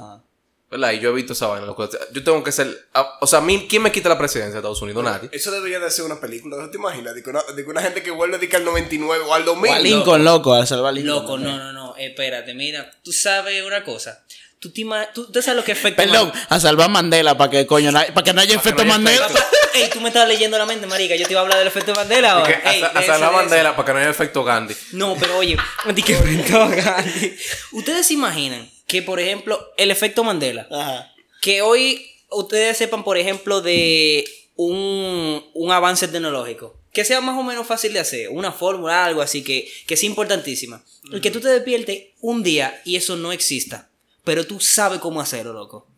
Speaker 5: ¿Verdad? Y yo he visto esa vaina. loco. Yo tengo que ser... a- O sea, a mí, ¿quién me quita la presidencia de Estados Unidos? Nadie.
Speaker 4: Eso debería de ser una película, ¿no te imaginas? De que una, de que una gente que vuelve de que al 99 o al 2000.
Speaker 2: O a Lincoln, loco, al salvar a Lincoln.
Speaker 3: Loco, no, no, no. Espérate, mira. Tú sabes una cosa. Tú, te ima- tú, tú sabes lo que afecta.
Speaker 2: Perdón, a salvar a Mandela para que coño, na- para que no haya efecto
Speaker 5: no haya
Speaker 2: Mandela.
Speaker 5: efecto.
Speaker 3: Ey, tú me estabas leyendo la mente, marica. Yo te iba a hablar del efecto Mandela
Speaker 5: Que
Speaker 3: ahora.
Speaker 5: hasta,
Speaker 3: Ey, de
Speaker 5: hasta
Speaker 3: eso,
Speaker 5: la
Speaker 3: de eso.
Speaker 5: bandera para que no haya efecto Gandhi.
Speaker 3: No, pero oye, di que efecto Gandhi. Ustedes se imaginan que, por ejemplo, el efecto Mandela.
Speaker 2: Ajá.
Speaker 3: Que hoy ustedes sepan, por ejemplo, de un, un avance tecnológico. Que sea más o menos fácil de hacer. Una fórmula, algo así, que, que sea importantísima. El que tú te despiertes un día y eso no exista. Pero tú sabes cómo hacerlo, loco.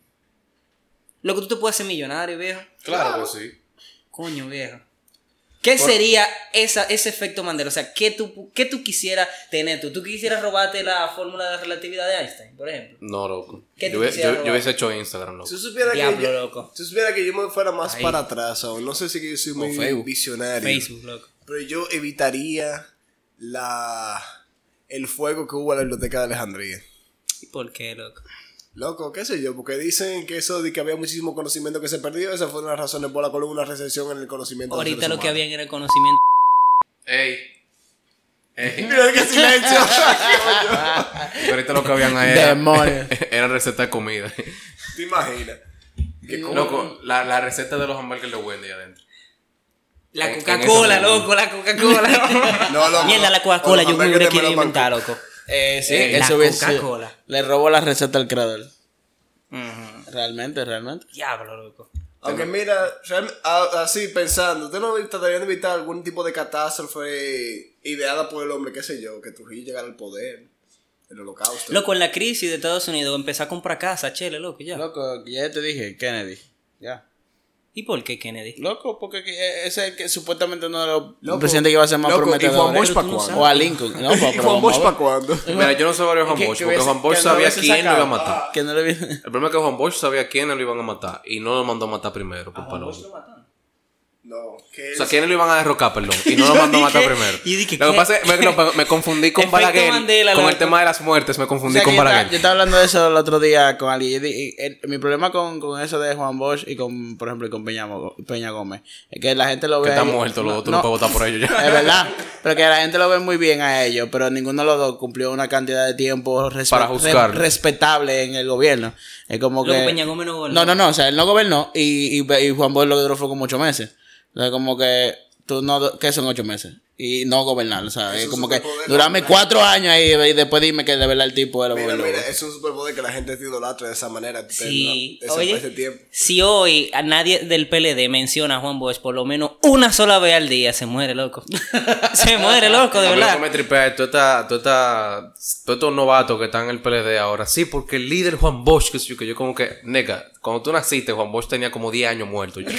Speaker 3: Loco, tú te puedes hacer millonario, viejo.
Speaker 5: Claro que sí.
Speaker 3: Coño, viejo. ¿Qué sería esa, ese efecto Mandela? O sea, ¿qué tú, qué tú quisieras tener tú? ¿Tú quisieras robarte la fórmula de la relatividad de Einstein, por ejemplo?
Speaker 5: No, loco.
Speaker 3: ¿Qué te
Speaker 5: Yo, hubie-
Speaker 3: quisiera
Speaker 5: yo-
Speaker 3: robar?
Speaker 5: yo hubiese hecho Instagram, loco.
Speaker 4: Si supiera
Speaker 3: Diablo,
Speaker 4: que yo,
Speaker 3: loco.
Speaker 4: si supiera que yo me fuera más
Speaker 3: Ahí.
Speaker 4: para atrás aún, no sé si que yo soy muy
Speaker 3: Facebook.
Speaker 4: visionario.
Speaker 3: Facebook, loco.
Speaker 4: Pero yo evitaría la el fuego que hubo en la biblioteca de Alejandría.
Speaker 3: ¿Y por qué, loco?
Speaker 4: Loco, qué sé yo, porque dicen que eso de que había muchísimo conocimiento que se perdió, esa fue una de las razones por la cual hubo una recesión en el conocimiento. de los
Speaker 3: Ahorita
Speaker 4: seres
Speaker 3: lo que
Speaker 4: humanos.
Speaker 3: habían era el conocimiento.
Speaker 5: Ey. Ey.
Speaker 4: Mira qué silencio.
Speaker 5: Pero ahorita lo que habían ahí
Speaker 2: Demonios.
Speaker 5: era, era receta de comida.
Speaker 4: ¿Te imaginas? Que como-
Speaker 5: Loco, la, la receta de los hamburgues de Wendy adentro. En-
Speaker 3: La
Speaker 5: en
Speaker 3: Coca-Cola,
Speaker 5: esa-
Speaker 3: loco, la Coca-Cola.
Speaker 4: No, loco.
Speaker 3: Mierda, la Coca-Cola,
Speaker 4: Con
Speaker 3: yo
Speaker 4: los
Speaker 3: me hubiera
Speaker 4: hamburgues de
Speaker 3: querido
Speaker 4: melón
Speaker 3: inventar, loco.
Speaker 2: Eh, sí,
Speaker 5: Eh,
Speaker 2: eso
Speaker 3: la
Speaker 2: hubiese-
Speaker 3: Coca-Cola.
Speaker 2: Le robó la receta al creador.
Speaker 3: Ujú.
Speaker 2: Realmente, realmente.
Speaker 3: Diablo, loco.
Speaker 4: Aunque mira, realme- a- así pensando, ¿usted no trataría de evitar algún tipo de catástrofe ideada por el hombre, qué sé yo, que Trujillo llegara al poder, el holocausto?
Speaker 3: Loco, en la crisis de Estados Unidos empezó a comprar casa, chele, loco, ya.
Speaker 2: Loco, ya te dije, Kennedy. Ya.
Speaker 3: ¿Y por qué
Speaker 4: Ah,
Speaker 3: Kennedy?
Speaker 2: Loco, porque eh, ese es el que supuestamente uno de los
Speaker 4: Loco,
Speaker 2: presidentes que iba a ser más
Speaker 4: loco, ¿y
Speaker 2: prometedor.
Speaker 4: Juan Bosch
Speaker 2: ¿eh?
Speaker 4: pa' cuándo?
Speaker 2: O a Lincoln. No, pa-
Speaker 4: ¿Y
Speaker 2: pero
Speaker 4: Juan
Speaker 2: vamos
Speaker 4: Bosch
Speaker 2: a
Speaker 4: para
Speaker 2: ver.
Speaker 4: cuándo?
Speaker 5: Mira, yo no sabría Juan
Speaker 2: Que-
Speaker 5: Bosch,
Speaker 2: que
Speaker 5: porque
Speaker 2: hubiese-
Speaker 5: Juan Bosch
Speaker 2: que no
Speaker 5: sabía
Speaker 2: hubiese
Speaker 5: quién lo iba a
Speaker 2: sacado. Ah,
Speaker 5: matar.
Speaker 2: Que no le vi-
Speaker 5: El problema es que Juan Bosch sabía quién lo iban a matar y no lo mandó a matar primero,
Speaker 4: Ah, pues,
Speaker 5: por palomo.
Speaker 4: No, que
Speaker 5: O sea, quiénes lo iban a derrocar, perdón. Y no lo mandó a matar primero.
Speaker 3: yo dije,
Speaker 5: lo
Speaker 3: ¿qué?
Speaker 5: que pasa es que me, me confundí con
Speaker 3: Efecto
Speaker 5: Balaguer.
Speaker 3: Mandela,
Speaker 5: con el
Speaker 3: loco.
Speaker 5: tema de las muertes, me confundí
Speaker 2: O sea, que
Speaker 5: con
Speaker 2: yo, estaba,
Speaker 5: Balaguer.
Speaker 2: yo estaba hablando de eso el otro día con alguien. Yo di- y- el- mi problema con, con eso de Juan Bosch y con, por ejemplo, y con Peña, Mo- Peña Gómez es que la gente lo ve.
Speaker 5: que está
Speaker 2: ahí-
Speaker 5: muerto,
Speaker 2: no,
Speaker 5: loco. Tú no,
Speaker 2: no,
Speaker 5: puedes votar por ellos ya.
Speaker 2: Es verdad, pero que la gente lo ve muy bien a ellos, pero ninguno de los dos cumplió una cantidad de tiempo respe-
Speaker 5: Para juzgarlo.
Speaker 2: re- respetable en el gobierno. Es como
Speaker 3: Loco,
Speaker 2: que...
Speaker 3: Peña Gómez no
Speaker 2: No,
Speaker 3: gobernó.
Speaker 2: no, no, o sea, él no gobernó y, y- y Juan Bosch lo que duró fue como ocho meses. O sea, como que tú no... ¿Qué son ocho meses? Y no gobernar, o sea, es
Speaker 4: un
Speaker 2: como que
Speaker 4: superpoder,
Speaker 2: durame
Speaker 4: ¿no?
Speaker 2: cuatro años ahí y después dime que de verdad el tipo era
Speaker 4: Mira,
Speaker 2: bueno.
Speaker 4: mira, es un superpoder que la gente te idolatra de esa manera. te-
Speaker 3: Sí,
Speaker 4: ese- ese
Speaker 3: oye,
Speaker 4: tiempo.
Speaker 3: si hoy a nadie del PLD menciona a Juan Bosch por lo menos una sola vez al día, se muere loco. se muere loco, de
Speaker 5: A mí lo que me
Speaker 3: verdad.
Speaker 5: tripea es toda esta- toda esta- todos estos novatos que están en el PLD ahora. Sí, porque el líder Juan Bosch, que sé yo, que yo como que, nega, cuando tú naciste, Juan Bosch tenía como 10 años muerto. ya.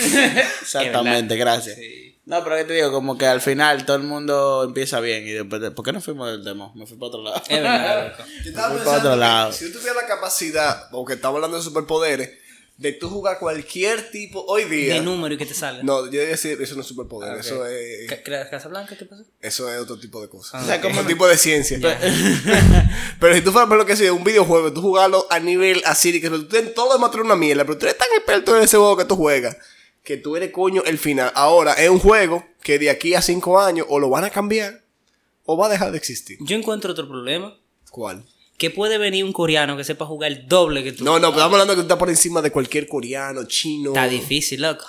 Speaker 2: Exactamente, gracias. No, pero que te digo, como que al final todo el mundo empieza bien y después... de- ¿Por qué no fuimos del tema? Me fui para otro lado.
Speaker 3: Es verdad, loco.
Speaker 4: Yo estaba
Speaker 2: Voy pa'
Speaker 4: pensando
Speaker 2: otro
Speaker 4: que
Speaker 2: lado.
Speaker 4: si yo tuviera la capacidad, aunque estamos hablando de superpoderes, de tú jugar cualquier tipo hoy día.
Speaker 3: De Ah, número y que te salga.
Speaker 4: No, yo decía, eso no es superpoder, eso es
Speaker 3: Ca- Ca- Casablanca, ¿qué pasó?
Speaker 4: Eso es otro tipo de cosas.
Speaker 2: O sea, como-
Speaker 4: otro tipo de ciencia. pero si tú fueras por lo que sea, un videojuego, tú jugarlo a nivel así, que tú tienes todo el material una mierda, pero tú eres tan experto en ese juego que tú juegas, que tú eres coño el final. Ahora, es un juego que de aquí a cinco años o lo van a cambiar o va a dejar de existir.
Speaker 3: Yo encuentro otro problema.
Speaker 4: ¿Cuál?
Speaker 3: Que puede venir un coreano que sepa jugar el doble que tú.
Speaker 4: No, no, pero estamos hablando que tú estás por encima de cualquier coreano, chino.
Speaker 3: Está difícil, loco.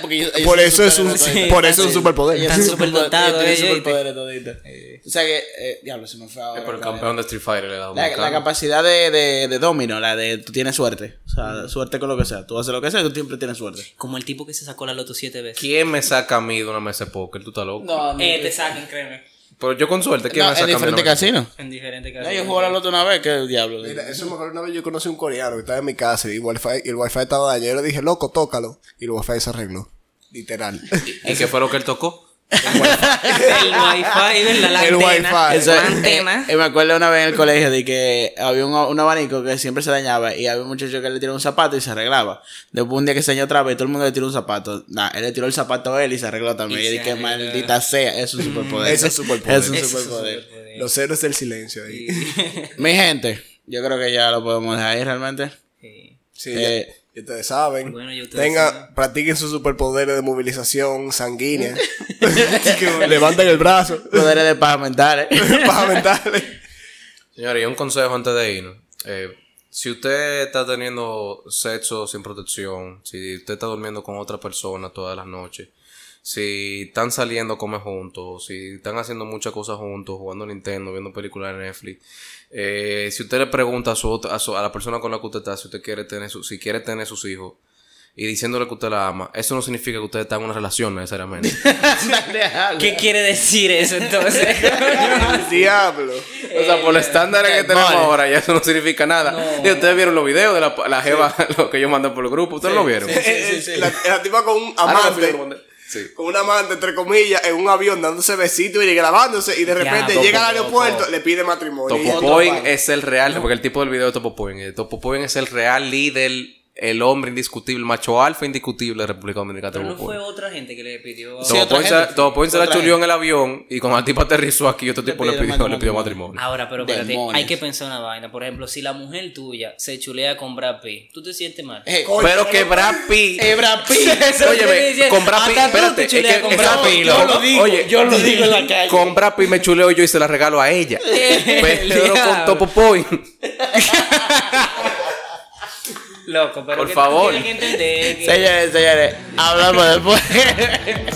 Speaker 2: Porque ellos- ellos
Speaker 4: Por
Speaker 2: son
Speaker 4: eso es un,
Speaker 2: superhéroes toditos.
Speaker 4: por eso es un
Speaker 3: sí.
Speaker 4: superpoder.
Speaker 2: Ellos
Speaker 3: Están
Speaker 2: son
Speaker 3: superdotados,
Speaker 2: superpo-
Speaker 3: eh,
Speaker 2: ellos
Speaker 3: ellos,
Speaker 2: tienen superpoderes toditos. O sea que, eh, diablo, se me fue ahora.
Speaker 5: Por el
Speaker 2: la-
Speaker 5: campeón de Street Fighter, el
Speaker 2: La,
Speaker 5: dominicano.
Speaker 2: la capacidad de, de, de domino, la de tú tienes suerte. O sea, suerte con lo que sea. Tú haces lo que sea y tú siempre tienes suerte.
Speaker 3: eh. Como el tipo que se sacó la loto siete veces.
Speaker 5: ¿Quién me saca a mí de una mesa de póker? Tú estás loco.
Speaker 3: Eh, te sacan, créeme.
Speaker 5: Pero yo con suerte, ¿quién
Speaker 2: No,
Speaker 5: me
Speaker 2: en
Speaker 5: saca a mí de una
Speaker 2: diferentes
Speaker 5: mesa de póker?
Speaker 2: casinos.
Speaker 3: En diferentes
Speaker 2: No,
Speaker 3: casos.
Speaker 2: yo jugué a la loto una vez, que diablo.
Speaker 4: Mira, eso me acuerdo una vez yo conocí a un coreano que estaba en mi casa y el wifi, y el wifi estaba dañado. Yo le dije, loco, tócalo. Y el wifi se arregló. Literal.
Speaker 5: ¿Y qué fue lo que él tocó?
Speaker 3: El wifi, ¿verdad? La
Speaker 4: El
Speaker 3: antena.
Speaker 4: wifi.
Speaker 2: Eso-
Speaker 3: La
Speaker 2: eh,
Speaker 3: antena.
Speaker 2: eh, me acuerdo una vez en el colegio de que había un, un abanico que siempre se dañaba y había un muchacho que le tiró un zapato y se arreglaba. Después un día que se dañó otra vez, todo el mundo le tiró un zapato. Nah, él le tiró el zapato a él y se arregló también.
Speaker 3: Y
Speaker 2: Y, yo
Speaker 3: se
Speaker 2: dije,
Speaker 3: arregló.
Speaker 2: maldita sea, es un superpoder.
Speaker 4: Eso es superpoder.
Speaker 2: Es un
Speaker 3: Eso es un
Speaker 2: superpoder.
Speaker 3: superpoder.
Speaker 4: Los héroes del silencio ahí.
Speaker 2: Mi gente, yo creo que ya lo podemos dejar ahí realmente.
Speaker 3: Sí.
Speaker 4: Sí.
Speaker 2: Eh,
Speaker 4: ya- ustedes saben.
Speaker 3: Bueno, ya ustedes
Speaker 4: Tenga,
Speaker 3: saben.
Speaker 4: practiquen sus superpoderes de movilización sanguínea. Que Levanten el brazo.
Speaker 2: Poderes de paz mentales.
Speaker 4: Paja mental.
Speaker 5: Señores, y un consejo antes de irnos. Eh, si usted está teniendo sexo sin protección, si usted está durmiendo con otra persona todas las noches, si están saliendo a comer juntos, si están haciendo muchas cosas juntos, jugando Nintendo, viendo películas en Netflix, eh, si usted le pregunta a, su, otra- a, su- a la persona con la que usted está, si usted quiere tener, su- si quiere tener sus hijos, y diciéndole que usted la ama, eso no significa que usted está en una relación necesariamente.
Speaker 3: ¿Qué quiere decir eso entonces?
Speaker 4: Diablo.
Speaker 5: O sea, por los estándares que tenemos
Speaker 2: Eh, vale.
Speaker 5: ahora, ya eso no significa nada.
Speaker 3: No.
Speaker 5: Y ustedes vieron los videos de la, la jeva lo que yo mandé por el grupo. Ustedes lo vieron.
Speaker 2: Sí, Ah, sí, sí.
Speaker 4: La, la tipa con un
Speaker 5: Ahora lo
Speaker 4: amante.
Speaker 5: vieron. Sí.
Speaker 4: con una amante, entre comillas, en un avión dándose besitos y grabándose y de repente
Speaker 3: topo,
Speaker 4: llega al
Speaker 5: topo.
Speaker 4: aeropuerto, le pide matrimonio. Y
Speaker 5: Topo
Speaker 4: otro
Speaker 5: Point
Speaker 4: pan.
Speaker 5: es el real, porque el tipo del video de Topo Point, eh, Topo Point es el real líder, el hombre indiscutible, el macho alfa indiscutible de República Dominicana.
Speaker 3: Pero
Speaker 5: Topo
Speaker 3: no fue
Speaker 5: Point.
Speaker 3: otra gente que le pidió.
Speaker 2: Sí,
Speaker 5: Topo
Speaker 2: otra
Speaker 5: Point
Speaker 2: gente.
Speaker 5: se- Topo Point se la
Speaker 2: Otra
Speaker 5: chulió en
Speaker 2: gente.
Speaker 5: el avión y cuando el tipo aterrizó aquí, otro tipo le
Speaker 2: pidió
Speaker 5: pidió, le pidió
Speaker 2: matrimonio. Ah,
Speaker 5: matrimonio.
Speaker 3: Ahora, pero espérate,
Speaker 2: Demonios.
Speaker 3: hay que pensar una vaina. Por ejemplo, si la mujer tuya se chulea con Brad Pitt, tú te sientes mal.
Speaker 2: Eh,
Speaker 4: Coño,
Speaker 5: Pero que
Speaker 4: no,
Speaker 5: Brad Pitt.
Speaker 2: eh, Brad Pitt.
Speaker 3: Eso
Speaker 5: Oye,
Speaker 3: te estoy
Speaker 5: ve,
Speaker 3: diciendo.
Speaker 5: con Brad Pitt,
Speaker 3: Hasta tú
Speaker 5: espérate,
Speaker 3: te
Speaker 5: es
Speaker 3: chuleas
Speaker 5: que-
Speaker 3: con
Speaker 5: es
Speaker 3: Brad
Speaker 5: Brad
Speaker 3: Pitt.
Speaker 5: Pitt,
Speaker 2: Yo
Speaker 5: loco.
Speaker 2: lo digo,
Speaker 5: Oye,
Speaker 2: yo lo digo en la calle.
Speaker 5: Con Brad Pitt me chuleo yo y se la regalo a ella. Pero con Topo Point.
Speaker 3: Loco, pero
Speaker 5: Por
Speaker 3: que
Speaker 5: favor.
Speaker 3: tú tienes que entender que-
Speaker 2: Señores, señores, hablamos después.